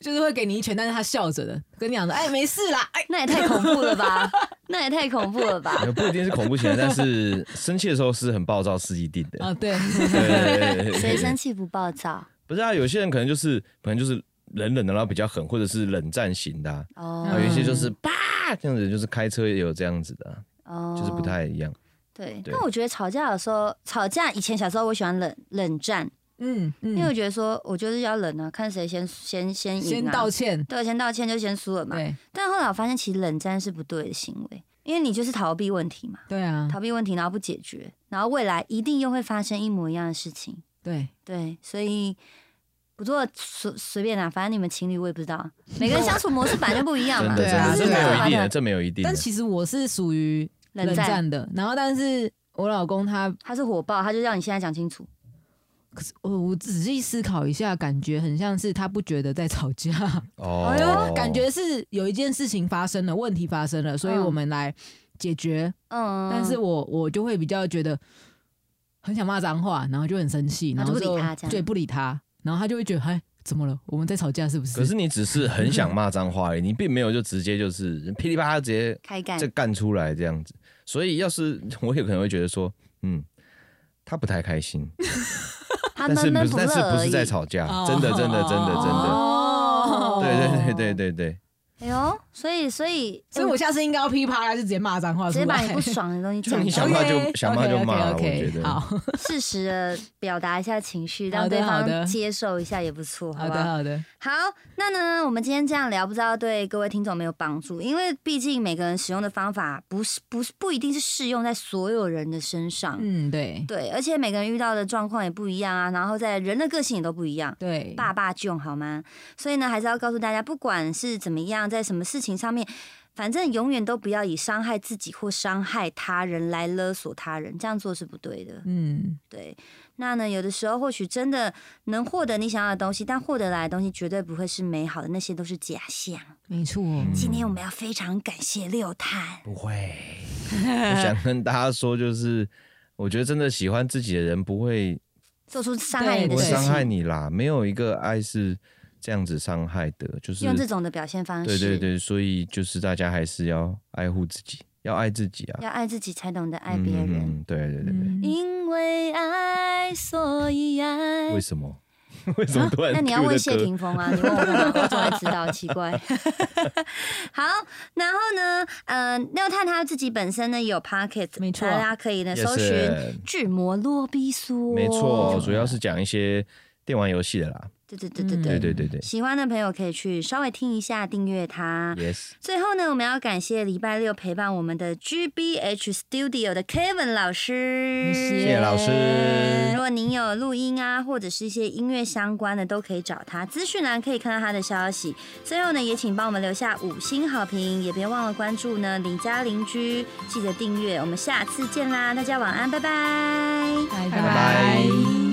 [SPEAKER 2] 就是会给你一拳，但是他笑着的跟你讲说，哎，没事啦，哎，
[SPEAKER 1] 那也太恐怖了吧！那也太恐怖了吧！
[SPEAKER 3] 呃不一定是恐怖情 人，但是生气的时候是很暴躁，是一定的。
[SPEAKER 2] 啊，对，
[SPEAKER 3] 对对对对
[SPEAKER 1] 谁
[SPEAKER 3] 对
[SPEAKER 1] 生
[SPEAKER 3] 对，
[SPEAKER 1] 气不暴躁？
[SPEAKER 3] 不是啊，有些人可能就是可能就是冷冷的，然后比较狠，或者是冷战型的啊，
[SPEAKER 1] 哦
[SPEAKER 3] 然后有一些就是啪这样子，就是开车也有这样子的啊，
[SPEAKER 1] 哦
[SPEAKER 3] 就是不太一样。
[SPEAKER 1] 对。
[SPEAKER 3] 对
[SPEAKER 1] 那我觉得吵架有时候，吵架以前小时候我喜欢冷冷战，
[SPEAKER 2] 嗯嗯，
[SPEAKER 1] 因为我觉得说，我就是要忍啊，看谁先先先赢、啊，
[SPEAKER 2] 先道歉，
[SPEAKER 1] 对，先道歉就先输了嘛。
[SPEAKER 2] 对
[SPEAKER 1] 但后来我发现，其实冷战是不对的行为，因为你就是逃避问题嘛，
[SPEAKER 2] 对
[SPEAKER 3] 嗯
[SPEAKER 2] 啊，
[SPEAKER 1] 逃避问题，然后不解决，然后未来一定又会发生一模一样的事情。
[SPEAKER 2] 对，
[SPEAKER 1] 对，所以不做随随便啦、反正你们情侣我也不知 道，每个人相处模式本来就不一样
[SPEAKER 3] 真
[SPEAKER 1] 嘛。
[SPEAKER 3] 的
[SPEAKER 4] 对
[SPEAKER 3] 真
[SPEAKER 4] 啊
[SPEAKER 3] 的，这没有一定
[SPEAKER 1] 哦对啊
[SPEAKER 3] 的，这没有一定的
[SPEAKER 2] 但。其实我是属于冷
[SPEAKER 1] 冷战，
[SPEAKER 2] 战的，然后但是我老公他，
[SPEAKER 1] 他是火爆，他就让你现在讲清楚。
[SPEAKER 2] 可是我我仔细思考一下，感觉很像是他不觉得在吵架，
[SPEAKER 1] 哎
[SPEAKER 3] 哦
[SPEAKER 1] 呦，
[SPEAKER 2] 感觉是有一件事情发生了，问题发生了，所以
[SPEAKER 1] 嗯
[SPEAKER 2] 我们来解决。
[SPEAKER 1] 嗯，
[SPEAKER 2] 但是我我就会比较觉得很想骂脏话，然后啊就很生气，
[SPEAKER 1] 然
[SPEAKER 2] 然
[SPEAKER 1] 后
[SPEAKER 2] 后
[SPEAKER 1] 就不理他这样
[SPEAKER 2] 对，不理他，然后他就会觉得，哎，怎么了？我们在吵架是不是？
[SPEAKER 3] 可是你只是很想骂脏话而已，你并没有就直接就是噼里啪啦直接
[SPEAKER 1] 开干
[SPEAKER 3] 这干出来这样子。所以要是 我有可能会觉得说，嗯，他不太开心，
[SPEAKER 1] 他
[SPEAKER 3] 但
[SPEAKER 1] 闷
[SPEAKER 3] 是不
[SPEAKER 1] 闷
[SPEAKER 3] 是
[SPEAKER 1] 不
[SPEAKER 3] 但是
[SPEAKER 1] 乐
[SPEAKER 3] 不
[SPEAKER 1] 而
[SPEAKER 3] 是
[SPEAKER 1] 已。
[SPEAKER 3] 在吵架，真的真的真的真的，
[SPEAKER 2] 哦
[SPEAKER 3] 对对对对对对，
[SPEAKER 1] 哎呦，所以所以
[SPEAKER 2] 所以我下次应该要噼啪啦，就直接骂脏话
[SPEAKER 1] 直
[SPEAKER 2] 出
[SPEAKER 1] 接把
[SPEAKER 2] 来，
[SPEAKER 1] 你不爽的东西
[SPEAKER 3] 就
[SPEAKER 1] 讲
[SPEAKER 3] 你
[SPEAKER 1] 出
[SPEAKER 3] 想
[SPEAKER 1] 来，
[SPEAKER 3] 骂就
[SPEAKER 2] OK，
[SPEAKER 3] 想骂就骂了
[SPEAKER 2] OK，OK，
[SPEAKER 3] 我觉得
[SPEAKER 2] 好，
[SPEAKER 1] 适时的表达一下情绪，
[SPEAKER 2] 好
[SPEAKER 1] 让
[SPEAKER 2] 的
[SPEAKER 1] 对
[SPEAKER 2] 好的
[SPEAKER 1] 方接受一下也不错，
[SPEAKER 2] 好
[SPEAKER 1] 好不
[SPEAKER 2] 的，
[SPEAKER 1] 好？
[SPEAKER 2] 好的，
[SPEAKER 1] 好，那呢，我们今天这样聊，不知道对各位听众有没有帮助，因为毕竟每个人使用的方法不是不是不一定是适用在所有人的身上，
[SPEAKER 2] 嗯，对
[SPEAKER 1] 对，而且每个人遇到的状况也不一样啊，然后在人的个性也都不一样。
[SPEAKER 2] 对，
[SPEAKER 1] 爸爸囧好吗？所以呢，还是要告诉大家，不管是怎么样，在什么事情上面，反正永远都不要以伤害自己或伤害他人来勒索他人，这样做是不对的。
[SPEAKER 2] 嗯，
[SPEAKER 1] 对，那呢，有的时候或许真的能获得你想要的东西，但获得来的东西绝对不会是美好的，那些都是假象。
[SPEAKER 2] 没错，
[SPEAKER 3] 嗯
[SPEAKER 1] 今天我
[SPEAKER 2] 嗯
[SPEAKER 1] 们要非常感谢六探，
[SPEAKER 3] 不会。我想跟大家说，就是我觉得真的喜欢自己的人不会
[SPEAKER 1] 做出伤害你
[SPEAKER 2] 对
[SPEAKER 1] 的
[SPEAKER 3] 不会
[SPEAKER 1] 事
[SPEAKER 3] 伤
[SPEAKER 1] 情，
[SPEAKER 3] 害你啦，没有一个爱是这样子伤害的，就是
[SPEAKER 1] 用这种的表现方
[SPEAKER 3] 对
[SPEAKER 1] 式，
[SPEAKER 3] 对对，所以就是大家还是要爱护自己，要爱自己啊，
[SPEAKER 1] 要爱自己才懂得爱别人。
[SPEAKER 3] 嗯，对对对对，
[SPEAKER 2] 嗯
[SPEAKER 1] 因为爱，所以爱。
[SPEAKER 3] 为什么？ 为什么突然、
[SPEAKER 1] 啊那你要问谢霆锋啊，你问我干嘛？我怎么会知 道？奇怪。 好，然后呢，呃，廖探他自己本身呢有 Pocket，
[SPEAKER 2] 没错
[SPEAKER 1] 大家可以呢搜寻
[SPEAKER 3] Yes，
[SPEAKER 1] 巨魔洛比索，
[SPEAKER 3] 没错，主要是讲一些电玩游戏的啦。
[SPEAKER 1] 对对对对对
[SPEAKER 3] 嗯对对对对
[SPEAKER 1] 喜欢的朋友可以去稍微听一下，订阅他。
[SPEAKER 3] ，yes，
[SPEAKER 1] 最后呢，我们要感谢礼拜六陪伴我们的 GBH Studio 的 Kevin 老师，
[SPEAKER 2] 谢
[SPEAKER 3] 谢谢老
[SPEAKER 1] 如
[SPEAKER 3] 师，
[SPEAKER 1] 果您有录音啊，或者是一些音乐相关的，都可以找他。资讯栏可以看到他的消息。最后呢，也请帮我们留下五星好评，也别忘了关注呢邻家邻居，记得订阅。我们下次见啦，大家晚安，拜拜。
[SPEAKER 2] 拜
[SPEAKER 4] 拜
[SPEAKER 3] 拜
[SPEAKER 2] 拜